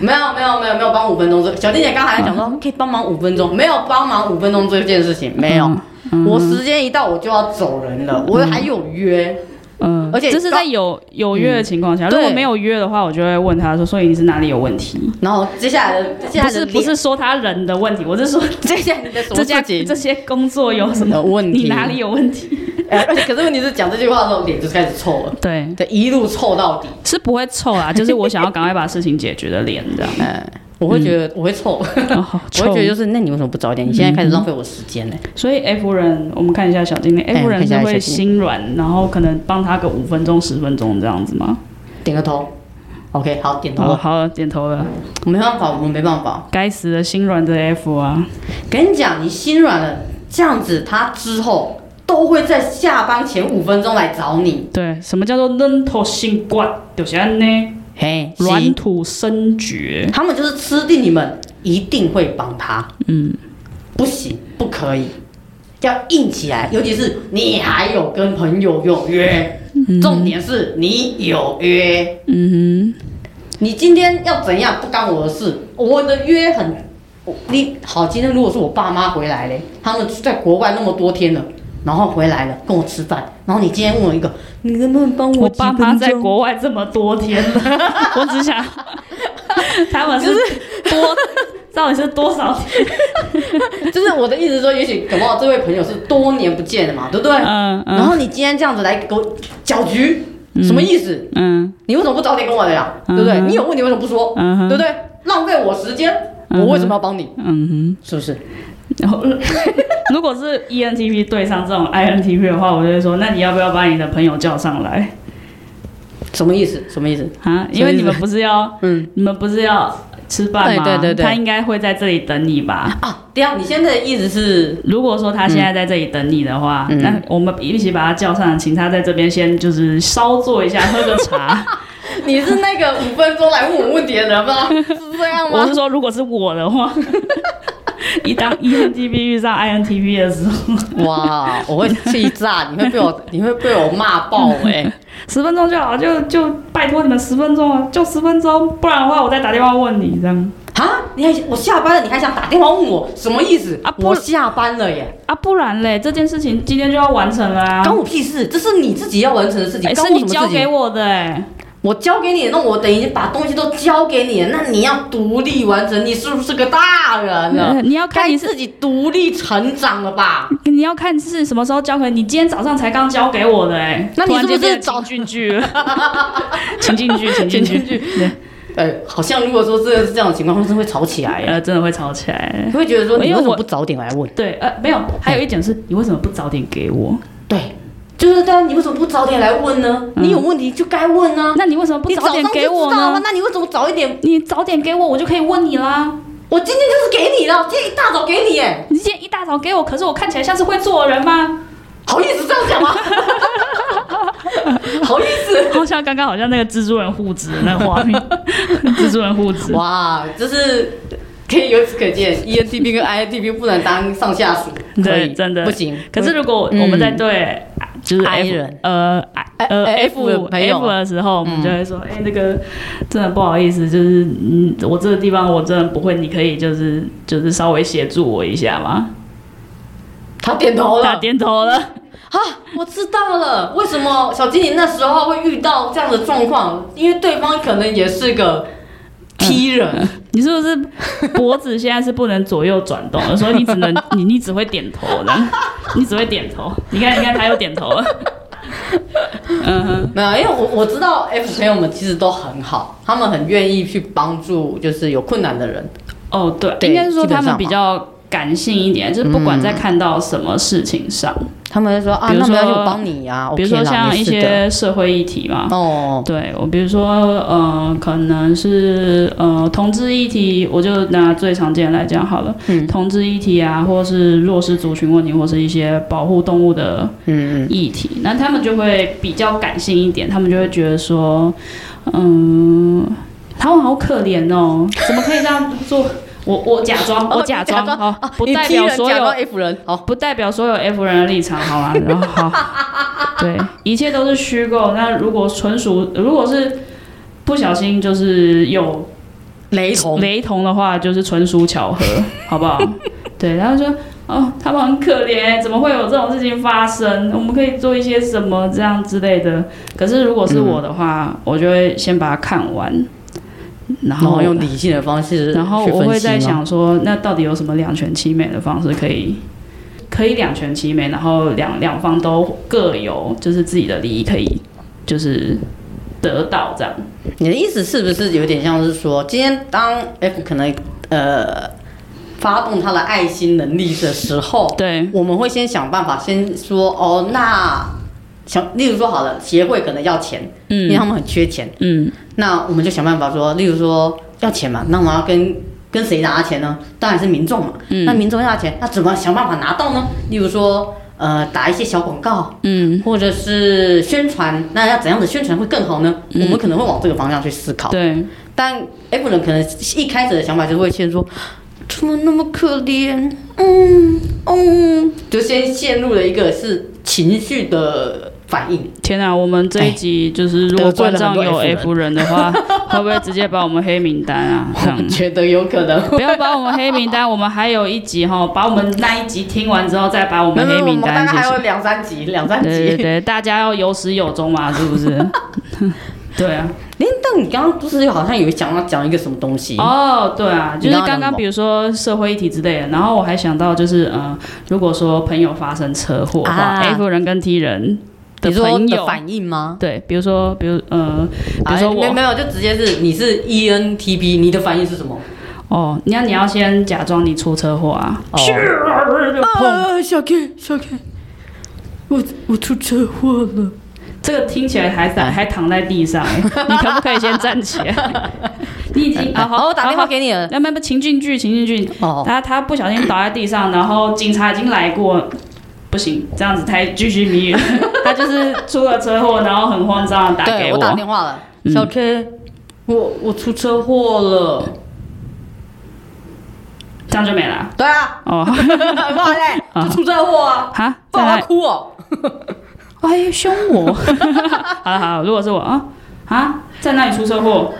A: 没有没有没有没有帮五分钟这，小经理刚才讲说
B: 嗯
A: 可以帮忙五分钟，没有帮忙五分钟这件事情，没有。
B: 嗯
A: 我时间一到我就要走人了，我还有约，
B: 嗯，
A: 而且
B: 这是在有有约的情况下，
A: 嗯
B: 如果
A: 对
B: 没有约的话，我就会问他说：“所以你是哪里有问题？”
A: 然后接下来的接下
B: 不
A: 来的
B: 是不
A: 脸
B: 是说他人的问题，我是说
A: 接下来你的什 么
B: 这家
A: 事情
B: 这些工作有什么
A: 有问题
B: 你哪里有问题？
A: 哎而且可是问题是讲这句话的时候脸就开始臭了，
B: 对，
A: 对，一路臭到底。
B: 是不会臭啦，就是我想要赶快把事情解决的脸这样。
A: 哎，我会觉得我会臭，
B: 哦好嗯
A: 我会
B: 臭嗯
A: 觉得就是那你为什么不早点？你现在开始浪费我时间呢、
B: 所以 F 人，我们看一下小精灵
A: 哎
B: ，F 人
A: 看一
B: 是
A: 下
B: 会
A: 小精
B: 心软，然后可能帮他个五分钟、十分钟这样子吗？
A: 点个头，OK，好，点头
B: 哦，
A: 了。
B: 好，点头了。
A: 我没办法，我们没办法。
B: 该死的心软的 F 啊！
A: 跟你讲，你心软了，这样子他之后都会在下班前五分钟来找你。
B: 对，什么叫做扔头心冠？就是安呢，
A: 嘿，
B: 软
A: 软，
B: 土生绝。
A: 他们就是吃定你们，一定会帮他。嗯，不行，不可以，要硬起来。尤其是你还有跟朋友有约，重点是你有约。
B: 嗯
A: 你今天要怎样不干我的事，我的约很。我你好，今天如果是我爸妈回来嘞，他们在国外那么多天了，然后回来了跟我吃饭，然后你今天问我一个，你能不能帮
B: 哼，
A: 我
B: 我
A: 几
B: 爸
A: 分
B: 妈在
A: 钟
B: 国外这么多天 了，我只 想，他们是多，到底是多少天？
A: 就是我的意思是说，也许搞不好这位朋友是多年不见的嘛，对不对？
B: 嗯
A: 然
B: 嗯
A: 后你今天这样子来给我搅局，什么意思？
B: 嗯
A: 你为什么不早点跟我聊？对不对？
B: 嗯哼
A: 你有问题为什么不说？
B: 嗯
A: 对不
B: 哼
A: 对？浪费我时间，
B: 嗯哼
A: 我为什么要帮你？
B: 嗯哼。
A: 是不是？
B: 然后， 如果是 E ENTP 对上这种 INTP 的话，我就会说，那你要不要把你的朋友叫上来
A: 什么意思？什么意思？
B: 啊？因为你们不是要，
A: 嗯
B: 你们不是要吃饭吗？
A: 对对对对
B: 他应该会在这里等你吧？
A: 啊，对啊，你现在的意思是，
B: 如果说他现在在这里等你的话，
A: 嗯
B: 那我们一起把他叫上，请他在这边先就是稍坐一下，喝个茶。
A: 你是那个五分钟来问我问题的人 吗？是这样
B: 我
A: 吗
B: 是？说，如果是我的话， 一当 ENTP 遇上 INTP 的时候，
A: 哇，我会气炸，你会被 我，你会被我骂爆哎、
B: 十分钟就好，就就拜托你们十分钟啊，就十分钟，不然的话我再打电话问你这样
A: 啊，你还我下班了，你还想打电话问我，什么意思
B: 啊不
A: 我下班了耶，
B: 啊，不然嘞，这件事情今天就要完成了啊。
A: 关我屁事，这是你自己要完成的事情，
B: 哎
A: 关
B: 是
A: 我
B: 你
A: 什么
B: 交
A: 事
B: 给
A: 情？
B: 我的哎、
A: 我交给你，那我等于把东西都交给你了，那你要独立完成，你是不是个大人 了？
B: 呃你要看
A: 呃该
B: 你是
A: 自己独立成长了 吧？
B: 你要看是什么时候交给你，今天早上才刚交给我的哎、
A: 那你是不是
B: 突然间变成
A: 早
B: 情境剧了？ 情 境剧，情境
A: 情
B: 剧，对，
A: 哎，好像如果说真的是这样的情况，是会吵起来耶，
B: 呃，真的会吵起来
A: 你。会觉得说
B: 因为
A: 你为什么
B: 我
A: 不早点来问？
B: 对，呃，没有，还有一点是，你为什么不早点给我？
A: 对，就是对啊，你为什么不早点来问呢？
B: 嗯
A: 你有问题就该问啊，
B: 那你为什么不
A: 你早
B: 点
A: 上就
B: 给
A: 知
B: 我
A: 道啊
B: 呢？，
A: 那你为什么早一点
B: 你早点给我，我就可以问你啦。
A: 我今天就是给你了，我今天一大早给你，哎，
B: 你今天一大早给我，可是我看起来像是会做的人吗？
A: 好意思这样讲 吗？好意思。
B: 好像刚刚好像那个蜘蛛人护指的那个画面，蜘蛛人护指
A: 哇，就是可以由此可见，ENTP E 跟 INTP 不能当上下属，可以
B: 对，真的
A: 不行。
B: 可是如果
A: 嗯
B: 我们在对、就是
A: I
B: F-
A: 人
B: 呃
A: 哎
B: 呃
A: 哎
B: F
A: F 的朋友
B: F 的时候，我们
A: 嗯
B: 就会说，哎、那个真的不好意思，就是嗯，我这个地方我真的不会，你可以就是就是稍微协助我一下吗？
A: 他点头
B: 他
A: 了
B: 点头了，
A: 啊，我知道了，为什么小精灵那时候会遇到这样的状况？因为对方可能也是个
B: 嗯
A: T 人，
B: 你是不是脖子现在是不能左右转动的？ 所以你只能你你只会点头的，你只会点头。你看你看他又点头了，嗯哼，
A: 没有，因为我我知道 F 朋友们其实都很好，他们很愿意去帮助就是有困难的人。
B: 哦对，
A: 对
B: 应该是说
A: 基本
B: 他
A: 上嗯
B: 们
A: 嘛
B: 比较感性一点，就是不管在看到什么事情上。
A: 他们就说啊，
B: 比如
A: 那
B: 说
A: 没关系，我帮你呀、
B: 比
A: OK
B: 如
A: 啦，
B: 说像一
A: 没事的
B: 些社会议题嘛。
A: 哦，
B: 对我，比如说，呃，可能是呃，同志议题，我就拿最常见来讲好了，
A: 嗯
B: 同志议题啊，或是弱势族群问题，或是一些保护动物的
A: 嗯，
B: 议题，那他们就会比较感性一点，他们就会觉得说，嗯，他们好可怜哦，怎么可以这样做？我我假装，我假
A: 哦
B: 装，好、不代表所有
A: F 人，哦好，
B: 不代表所有 F 人的立场，好 啦，然后好，对，一切都是虚构。那如果纯属，如果是不小心就是有
A: 雷同，
B: 雷同的话，就是纯属巧 合，好不好？对，然后说哦，他们很可怜，怎么会有这种事情发生？我们可以做一些什么这样之类的。可是如果
A: 嗯
B: 是我的话，我就会先把它看完，然
A: 然后
B: 后
A: 用理性的方式，
B: 然后我会在，想说，那到底有什么两全其美的方式可以可以两全其美，然后两两方都各有就是自己的利益可以就是得到这样。
A: 你的意思是不是有点像是说，今天当 F 可能呃发动他的爱心能力的时候，
B: 对，
A: 我们会先想办法，先说哦，那想，例如说好了，协会可能要钱，因为他
B: 嗯
A: 们很缺钱，
B: 嗯，
A: 那我们就想办法说，例如说要钱嘛，那我们要跟跟谁拿钱呢？当然是民众嘛。
B: 嗯
A: 那民众要钱，那怎么想办法拿到呢？例如说，呃，打一些小广告，
B: 嗯，
A: 或者是宣传，那要怎样的宣传会更好呢？
B: 嗯
A: 我们可能会往这个方向去思考。
B: 对，
A: 但 F 人可能一开始的想法就会先说，怎么那么可怜？嗯嗯，就先陷入了一个是情绪的反应。
B: 天啊，我们这一集就是如果
A: 哎得罪
B: 观
A: 了
B: 众
A: 很多
B: 有
A: F
B: F 人的 话，会不会直接把我们黑名单啊？这样
A: 我觉得有可能。
B: 不要把我们黑名单，我们还有一集哈，把我们那一集听完之后，再 把我
A: 没
B: 们
A: 有，
B: 黑
A: 我
B: 名
A: 们大
B: 单
A: 概
B: 写
A: 还
B: 出
A: 有两三集，两三集。
B: 对对 对，大家要有始有终嘛，是不是？ 对啊，
A: 哎、但你刚刚不是好像有想要讲一个什么东西？
B: 哦，对啊，
A: 你
B: 就是
A: 刚
B: 刚
A: 刚讲什
B: 刚
A: 么
B: 比如说社会议题之类的，然后我还想到就是，呃，如果说朋友发生车祸的话、
A: 啊
B: f 人跟 T 人的
A: 你说
B: 朋
A: 的
B: 友，
A: 反应吗？
B: 对，比如说，比如呃，比
A: 啊，
B: 如说我
A: 没，有没有，就直接是你是 E ENTP，你的反应是什么？
B: 哦，你要你要先假装你出车祸啊，
A: 哦
C: 啊，小 K 小 K，我我出车祸了。
B: 这个听起来还在还躺在地上、 欸你可不可以先站起来？你已经啊好，
A: 呃我打电话
B: 好。
A: 给你了。
B: 那那不情境剧，情境剧，
A: 哦，
B: 他他不小心倒在地上，然后警察已经来过，不行，这样子太居心迷 人。他就是出了车祸，然后很慌张的打
A: 对，
B: 给
A: 我打电话了，
B: 嗯
A: 小 K，我我出车祸了。
B: 这样就没了。
A: 对 啊，
B: 哦，
A: 不好嘞，
B: 啊
A: 就出车祸啊，
B: 哈，
A: 不
B: 再
A: 好
B: 来，
A: 哭哦。
B: 哎，凶我！ 好了好了，如果是我啊啊，在哪里出车祸？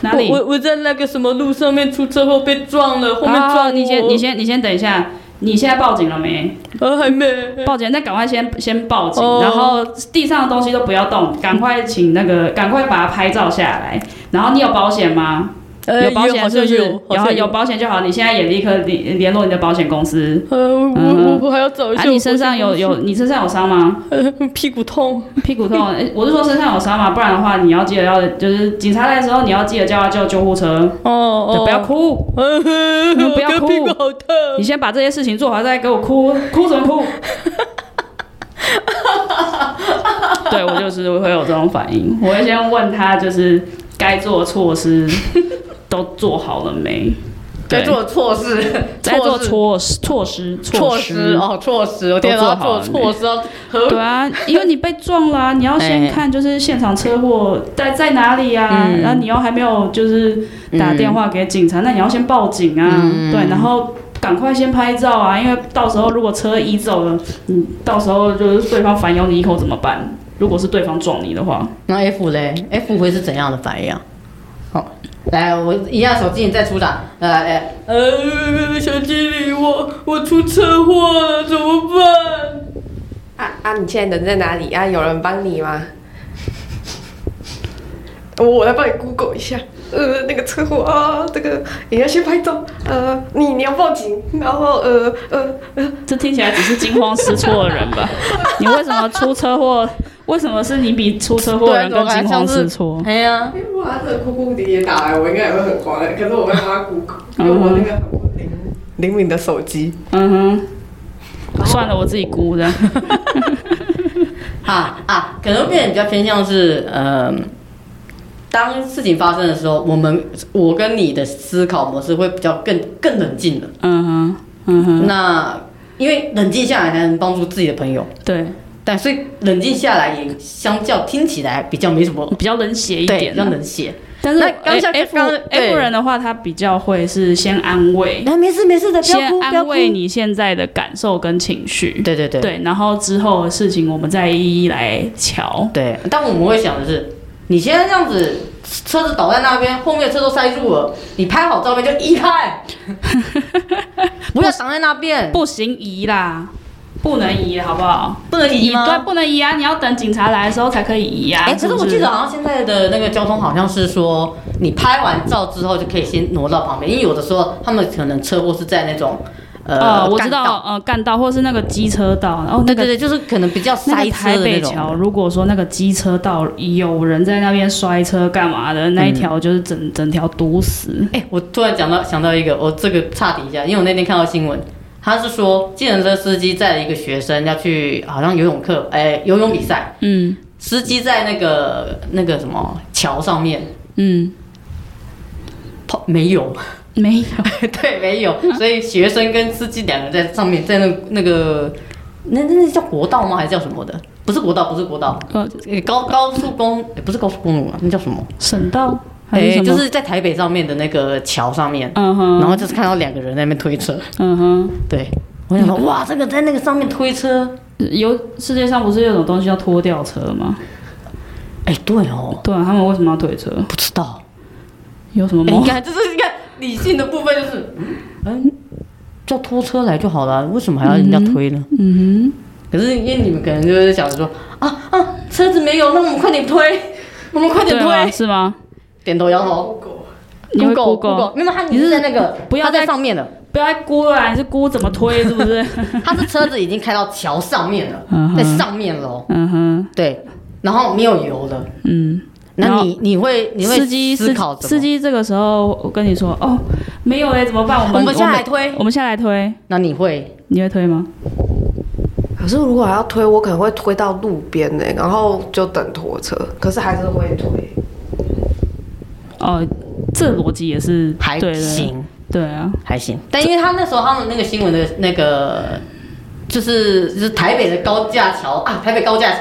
B: 哪里？
A: 我我我在那个什么路上面出车祸被撞了，后面
B: 啊
A: 撞
B: 你先
A: 我
B: 你先你先等一下，你现在报警了没？
A: 呃还没。
B: 报警，那赶快先先报警，
A: 哦
B: 然后地上的东西都不要动，赶快请那个赶快把它拍照下来。然后你有保险吗？
A: 呃
B: 有保
A: 好
B: 险是
A: 像
B: 不是？
A: 有，啊好
B: 然后
A: 像
B: 有。保险就好，你现在也立刻联联络你的保险公司。
A: 呃，我我
B: 嗯
A: 我还要找一
B: 啊，
A: 下。
B: 你身上有有你身上有伤吗？
A: 呃屁股痛。
B: 屁股痛？诶我是说身上有伤吗？不然的话，你要记得要就是警察来的时候，你要记得叫他叫救护车，
A: 哦哦
B: 对，不要 哭。
A: 嗯
B: 不要
A: 我的
B: 哭
A: 屁股好痛。
B: 你先把这些事情做好，再给我哭，哭什么 哭？对我就是会有这种反应，我会先问他就是该做的措 施都做好了没？
A: 该
B: 对，
A: 做的措施，
B: 该做
A: 措施
B: 措施措施
A: 措施哦，措施，我天
B: 都
A: 哪，
B: 做
A: 做
B: 好
A: 的
B: 了
A: 措 施要 合
B: 对啊，因为你被撞了啊、你要
A: 哎
B: 先看就是现场车祸在在哪里啊，
A: 嗯
B: 然后你又还没有就是打电话给警察，那你要先报警啊，对，然后赶快先拍照啊，因为到时候如果车移走了，你到时候就是对方反咬你一口怎么办？如果是对方撞你的话，
A: 那 F 嘞？F 会是怎样的反应啊？好，来，我一样手机你再出场。呃，哎，呃，小精灵，我我出车祸了，怎么办？
C: 啊啊，你现在人在哪里啊？有人帮你吗？我哦我来帮你 Google 一下，呃，那个车祸啊，这个你要先拍照，呃，你你要报警，然后呃呃，
B: 这听起来只是惊慌失措的人 吧？你为什么出车祸？为什么是你比出车
A: 啊
B: 祸的人更惊慌失措？
A: 哎呀，
D: 因为我他真的哭哭啼啼打来，我应该也会很慌的。可是我会帮他 Google，因为我那个很
A: 哦
D: 不灵灵敏的手机。
B: 嗯哼，算了，我自己估 的。
A: 啊啊，可能变得比较偏向是，呃，当事情发生的时候，我们我跟你的思考模式会比较更更冷静了。
B: 嗯哼，嗯哼，
A: 那因为冷静下来才能帮助自己的朋友，
B: 对，
A: 但所以冷静下来也相较听起来比较没什么
B: 比较冷血一
A: 对，
B: 点
A: 比较
B: 啊。
A: 冷血。
B: 但是哎
A: 那刚像
B: F
A: 刚对
B: F 人的话，他比较会是先安慰，
A: 哎那没事没事的，不要
B: 先
A: 哭不要
B: 安
A: 哭。
B: 慰你现在的感受跟情绪。
A: 对对对
B: 对，然后之后的事情我们再一一来瞧。
A: 对，但我们会想的是，你现在这样子，车子倒在那边，后面的车都塞住了，你拍好照片就移 开，不要挡在那边，
B: 不行，移啦，不能移，好不好？
A: 不能移
B: 对，
A: 吗？
B: 不能移啊！你要等警察来的时候才可以移啊。
A: 哎、可是
B: 不
A: 我记得好像现在的那个交通好像是说，你拍完照之后就可以先挪到旁边，因为有的时候他们可能车祸是在那种呃，
B: 哦，我知
A: 干
B: 道，呃，干道或是那个机车道，然后那
A: 对
B: 个
A: 对对，就是可能比较
B: 那
A: 塞
B: 个
A: 车
B: 台
A: 的
B: 北
A: 那种。
B: 桥，如果说那个机车道有人在那边摔车干嘛的，那一条就是整、整条堵死。
A: 哎、我突然讲到想到一个，我这个岔题一下，因为我那天看到新闻，他是说，计程车司机载了一个学生要去好像游泳课，哎、游泳比赛，
B: 嗯
A: 司机在那个那个什么桥上面
B: 嗯，
A: 跑没有，
B: 没有，
A: 对，没有，所以学生跟司机两个人在上面，在那那个那那那叫国道吗？还是叫什么的？不是国道，不是国道，
B: 呃，
A: 哎高高速公、哎不是高速公路啊，那叫什么？
B: 省道还是
A: 哎、
B: 什么？
A: 就是在台北上面的那个桥上面，
B: 嗯哼，
A: 然后就是看到两个人在那边推车。
B: 嗯哼。
A: 对，我想说，
B: 嗯
A: 哇，这个在那个上面推车，
B: 有世界上不是有种东西叫拖吊车吗？
A: 哎，对哦，
B: 对啊，他们为什么要推车？
A: 不知道，
B: 有什么
A: 哎你
B: 毛？
A: 看，这是你看理性的部分就是，嗯嗯，叫拖车来就好了，为什么还要人家推呢？
B: 嗯
A: 可是因为你们可能就是想着说，啊啊，车子没有，那我们快点 推，我们快
B: 哼，
A: 点
B: 对吗？
A: 推，
B: 是吗？
A: 点头摇
C: 哦
A: 头。
B: 你会
A: Google
B: Google？
A: Google，没有，他
B: 你
A: 你
B: 是
A: 是在那个，
B: 不要
A: 它在
B: 再
A: 上 面的，
B: 不要再估了啦，你是估怎么推，是不是？
A: 他是车子已经开到桥上面
B: 嗯
A: 了，
B: 哼
A: 在上面了哦，
B: 嗯哼，
A: 对，然后没有油了，
B: 嗯。然
A: 那
B: 后
A: 你你会你会
B: 司机
A: 思
B: 司
A: 考怎么
B: 司机这个时候，我跟你说，哦，没有哎，怎么办？我们
A: 我们下来推
B: 我们下来推，
A: 那你会
B: 你会推吗？
D: 可是如果要推，我可能会推到路边呢、然后就等拖车。可是还是会推。
B: 哦，这逻辑也是
A: 还
B: 对的，
A: 行
B: 对啊，
A: 还行，但因为他那时候他们那个新闻的那个就是就是台北的高架桥啊，台北高架桥，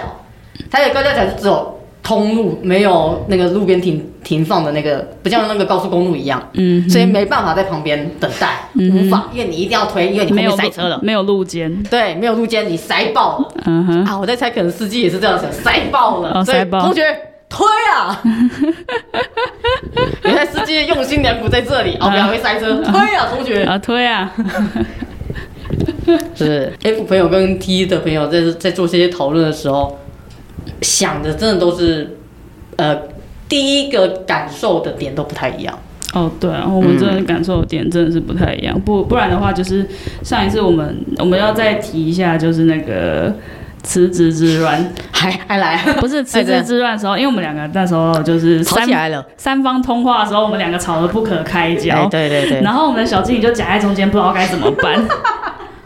A: 台北高架桥就只有通路，没有那个路边停停放的那个，不像那个高速公路一样，
B: 嗯哼，
A: 所以没办法在旁边等待，
B: 嗯哼
A: 无法，因为你一定要推，因哎为你后
B: 没有
A: 面
B: 路
A: 塞车了。
B: 没有路肩，
A: 对，没有路肩，你塞爆了
B: 嗯哼，
A: 啊！我在猜，可能司机也是这样想，塞爆了。
B: 哦
A: 所以
B: 塞爆
A: 同学推啊！ 原来司机的用心良苦在这里，哦，
B: 嗯
A: 不要会塞车，推啊，同学。
B: 啊推啊，嗯
A: 是 F 朋友跟 T 的朋友在在做这些讨论的时候，想的真的都是，呃，第一个感受的点都不太一样。
B: 哦，对啊，我们真
A: 嗯
B: 的感受的点真的是不太一样。不不然的话，就是上一次我们我们要再提一下，就是那个辞职之 乱，
A: 还还来，
B: 不是辞职之乱的时候，因为我们两个那时候就是
A: 吵
B: 三
A: 起来了。哎
B: 三方通话的时候，我们两个吵得不可开交，
A: 对对对，
B: 然后我们的小经理就夹在中间，不知道该怎么 办。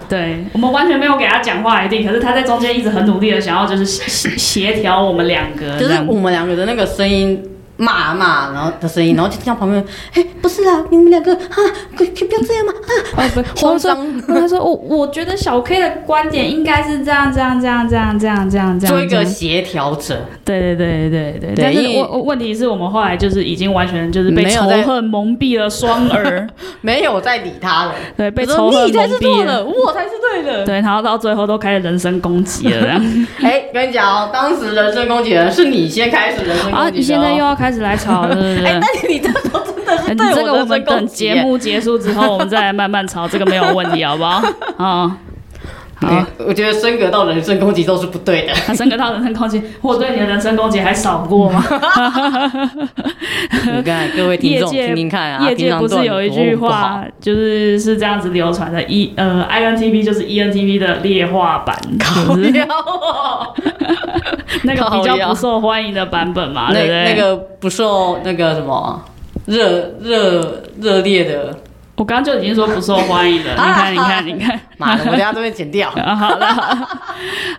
B: 对我们完全没有给他讲话一定，可是他在中间一直很努力的想要就是协协调我们两个，
A: 就
B: 这
A: 是
B: 样
A: 我们两个的那个声音。骂啊骂，然后的声音，然后就听到旁边，哎、不是啊，你们两个啊，可以可以不要这样吗？
B: 哦，不，
A: 慌张
B: 我跟他说，我我觉得小 K 的观点应该是这样，这样，这样，这样，这样，这样，这样。
A: 做一
B: 这
A: 个
B: 样
A: 协调者，
B: 对对对对对
A: 对
B: 但是
A: 因为
B: 我我问题是我们后来就是已经完全就是被
A: 没有
B: 仇
A: 在
B: 恨蒙蔽了双耳，
A: 没有再理他了。
B: 对，被
A: 我说
B: 仇恨
A: 你
B: 蒙
A: 才是
B: 蔽
A: 错的，我才是对的。
B: 对，然后到最后都开始人身攻击了，这 样
A: 哎、跟你讲哦，当时人身攻击的人是你先开始人身攻击的、哦。
B: 啊！你现在又要开始来吵了，对不对？
A: 哎、但是 你这时候真的是
B: 哎
A: 对
B: 这个
A: 我
B: 我
A: 人
B: 们
A: 身
B: 等
A: 攻击耶。
B: 节目结束之后，我们再来慢慢吵，这个没有问题，好不好？啊，好
A: 哎，我觉得升格到人身攻击都是不对的。
B: 他升格到人身攻击，我对你的人身攻击还少过 吗？
A: 你看各 位
B: 业界
A: 啊
B: 业界不是有一句 话，就是是这样子流传的，E 呃，INTP 就是 ENTP 的劣化版， 就是 那个比较不受欢迎的版本嘛，
A: 那
B: 对不对？
A: 那个不受那个什么热热热烈的，
B: 我刚刚就已经说不受欢迎了，你看，你 看，你看。
A: 妈的，我等下都会剪掉。
B: 啊， 好了，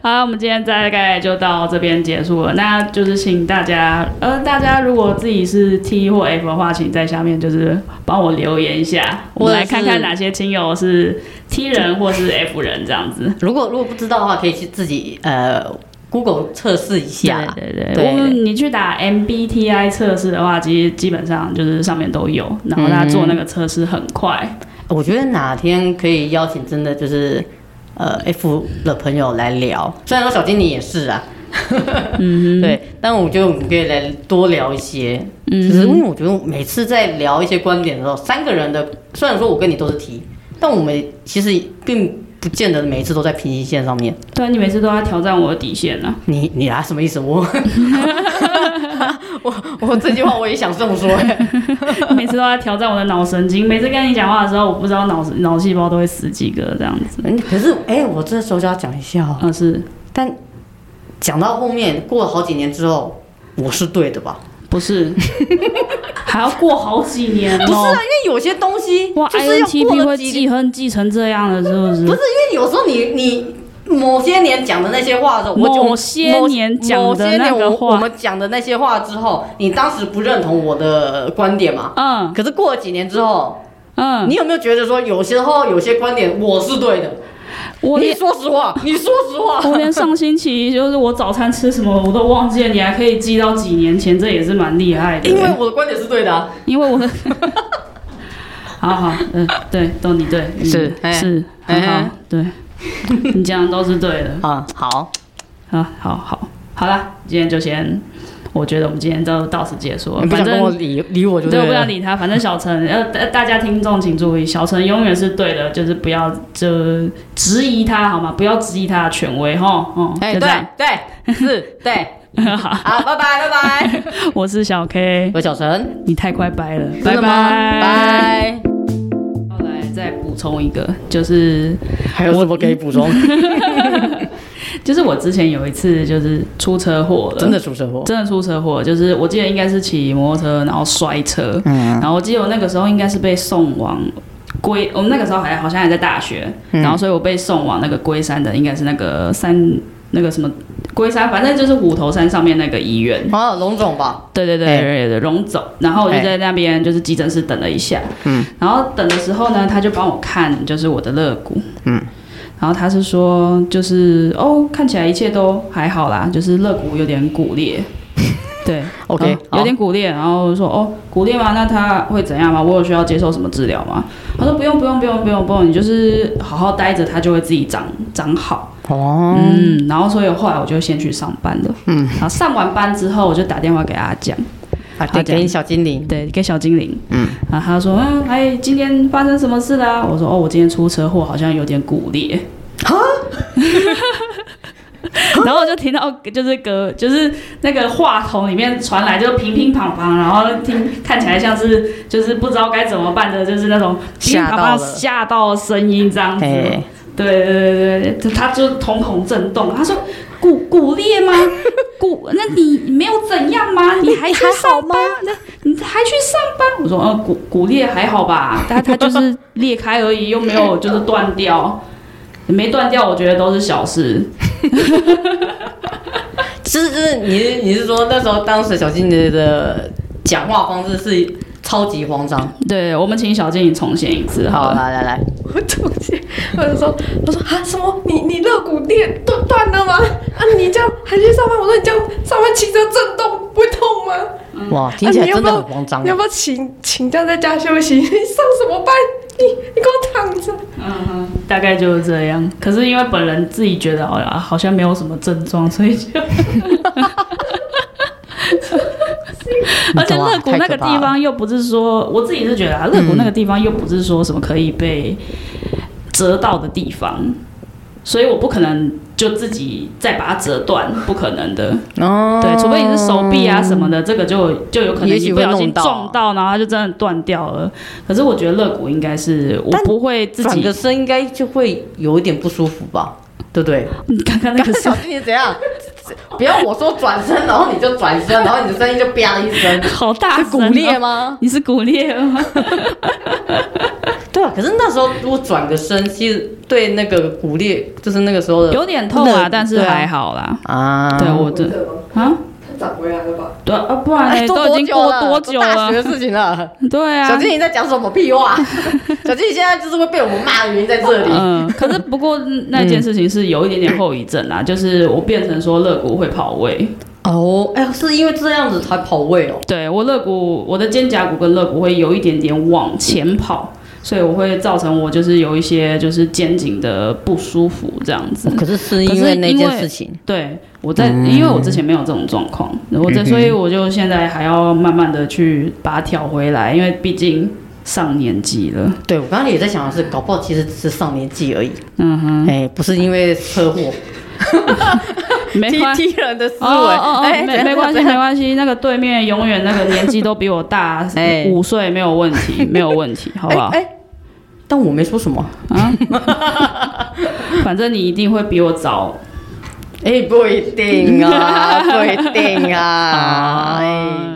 B: 好，我们今天大概就到这边结束了。那就是请大家，呃，大家如果自己是 T 或 F 的话，请在下面就是帮我留言一下，我们来看看哪些亲友是 T 人或是 F 人这样子。
A: 如果如果不知道的话，可以去自己呃 Google 测试一下。
B: 对对
A: 对
B: 对，我们你去打 MBTI 测试的话，其实基本上就是上面都有，然后大家做那个测试很快。
A: 我觉得哪天可以邀请真的就是呃 F 的朋友来聊，虽然说小经理也是啊，嗯， 对，但我觉得我们可以来多聊一些，嗯，只是因为我觉得每次在聊一些观点的时候，三个人的虽然说我跟你都是提，但我们其实并。不见得每一次都在平行线上面。
B: 对啊，你每次都要挑战我的底线啊。
A: 你你啊，什么意思？我 我我这句话我也想这么说、欸。
B: 每次都在挑战我的脑神经，每次跟你讲话的时候，我不知道脑脑细胞都会死几个这样子。
A: 嗯可是哎、我这时候就要讲一下、哦，
B: 啊，是
A: 但讲到后面过了好几年之后，我是对的吧？
B: 不 是？还要过好几年
A: 不是啊，
B: 哦
A: 因。为有些东西
B: 哇
A: 就是要过
B: ，INTP
A: 了
B: 会
A: 几年，
B: 记恨记成这样了，是不
A: 不
B: 是？
A: 是因为有时候你你。某些年讲的那些话的时候，我就
B: 某些年讲的
A: 某些年
B: 那个
A: 我
B: 话
A: 我们讲的那些话之后，你当时不认同我的观点嘛？
B: 嗯
A: 可是过了几年之后，
B: 嗯，
A: 你有没有觉得说，有时候有些观点我是对的？
B: 我
A: 你
B: 连
A: 说实话，你说实话，
B: 我连上星期就是我早餐吃什么我都忘记了，你还可以记到几年前，这也是蛮厉害的。
A: 因为我的观点是对的、啊。
B: 因为我 的，好好，嗯、对，都你对，嗯
A: 是哎
B: 是，
A: 哎
B: 很好，对， 你讲的都是对的。
A: 啊，好，
B: 啊，好好好啦，今天就先，我觉得我们今天就到此结束了。
A: 你不
B: 反
A: 想跟我
B: 正
A: 理理我就
B: 对，我
A: 了
B: 不想理他。反正小陈，呃，大大家听众请注意，小陈永远是对的，就是不要就质疑他，好吗？不要质疑他的权威，哈，嗯，
A: 哎，
B: 就这样。
A: 对对是， 对，
B: 好，
A: 好，拜拜拜拜，
B: 我是小 K，
A: 我是小陈，
B: 你太快掰了，
A: 真
B: 拜
A: 的
B: 拜
A: 吗拜。
B: 后来再补充一个，就是
A: 还有什么可以补充？
B: 就是我之前有一次就是出车祸了，
A: 真的出车 祸，
B: 真的出车祸，就是我记得应该是骑摩托车然后摔车，
A: 嗯
B: 然后我记得我那个时候应该是被送往。龟，我们那个时候还好像还在大学，
A: 嗯
B: 然后所以我被送往那个龟山的，应该是那个山那个什么龟山，反正就是虎头山上面那个医院。
A: 啊，龙总吧，
B: 对对对
A: 哎
B: 对对对，荣总。然后我就
A: 哎
B: 在那边就是急诊室等了一下，嗯，然后等的时候呢，他就帮我看就是我的肋骨，嗯，然后他是说就是哦，看起来一切都还好啦，就是肋骨有点骨 裂。对
A: OK，
B: 嗯
A: 好
B: 有点骨裂，然后说哦，骨裂吗？那他会怎样吗？我有需要接受什么治疗吗？他说不用不用不用不用不用，你就是好好待着，它就会自己长长好。
A: 哦，
B: 嗯，然后所以后来我就先去上班了。嗯，然后上完班之后，我就打电话给阿蒋，好
A: 啊，
B: 这
A: 对，给
B: 样
A: 你小精灵，
B: 对，给小精灵。嗯，然后他说，嗯，哎，今天发生什么事啦、我说，哦，我今天出车祸，好像有点骨裂。啊！ 然后我就听到，就是隔，就是那个话筒里面传来，就是乒乒乓乓，然后听看起来像是就是不知道该怎么办的，就是那种乒
A: 吓
B: 乒乓
A: 到
B: 乓
A: 了
B: 吓到的声音这样子。
A: 哎，
B: 对对对对，他就瞳孔震动，他说骨骨裂吗？骨？那你没有怎样吗？你还去上班？那你还去上班？我说，呃，骨骨裂还好吧，但他就是裂开而已，又没有就是断掉，没断掉，我觉得都是小事。
A: 是是，你是你是说那时候当时小精灵的讲话方式是超级慌张？
B: 对，我们请小精灵重现一次好
A: 好，
B: 了。
A: 来来来，
C: 我总结，我就说，我说啊什么？你你肋骨裂断断了吗？啊，你这样还去上班？我说你这样上班骑车震动不会痛吗？
B: 嗯
A: 哇，听起来
C: 啊你要
A: 真
C: 不
A: 的
C: 要
A: 很慌张
C: 你要。不要请请假在家休息？你上什么班？你你给我躺着。
B: 嗯，大概就是这样。可是因为本人自己觉得好像好像没有什么症状，所以就。 而且
A: 啊
B: 肋骨那个地方又不是说，我自己是觉
A: 嗯
B: 得啊，肋骨那个地方又不是说什么可以被折到的地方，所以我不可能就自己再把它折断，不可能的。
A: 哦
B: 对，除非你是手臂啊什么的，这个就就有可能
A: 也许
B: 你不
A: 会
B: 小心
A: 弄到
B: 撞到，然后它就真的断掉了。可是我觉得肋骨应该是我
A: 但
B: 不会自
A: 转
B: 己
A: 个身应该就会有一点不舒服吧，对不对？
B: 你看看那 个手，
A: 精灵怎样？不要我说转身，然后你就转身，然后你的声音就啪 一声，
B: 好大
A: 是
B: 声
A: 骨
B: 哦
A: 裂？吗？
B: 你是骨裂吗？
A: 对啊，可是那时候如果转个身，其实对那个骨裂，就是那个时候的
B: 有点痛啊
A: 那，
B: 但是
A: 对啊
B: 还好啦。
A: 啊
B: 对，我这啊，
D: 他长回来了吧？
B: 对啊，不然呢
A: 都
B: 都已经过多久
A: 都大
B: 了
A: 学？的事情了。
B: 对
A: 小
B: 啊，
A: 精灵在讲什么 屁话？小精灵现在就是会被我们骂的原因在这里。
B: 嗯，可是不 过那件事情是有一点点后遗症
A: 嗯
B: 啊，就是我变成说肋骨会跑位，
A: 哦，哎，是因为这样子才跑位哦。
B: 对我肋骨，我的肩胛骨跟肋骨会有一点点往前跑。所以我会造成我就是有一些就是肩颈的不舒服这样子，
A: 可是是
B: 嗯因为那件事
A: 情，
B: 对，我在，
A: 嗯
B: 因为我之前没有这种状况，我在，所以我就现在还要慢慢的去把它调回来，因为毕竟上年纪了，
A: 对我刚刚也在想的是，搞不好其实只是上年纪而已，
B: 嗯哼，
A: 哎、不是因为车祸，
B: 没
A: 踢
B: 关系。
A: 踢人的思维，
B: 哎哦哦哦，
A: 哎
B: 没没关系，没关系。那个对面永远那个年纪都比我大
A: 哎
B: 五岁，没有问题，没有问题，好
A: 系
B: 不好
A: 哎、？哎但我没说什么，哎
B: 反正你一定会比我早。
A: 哎、不一定啊，不一定啊，哎、
B: 啊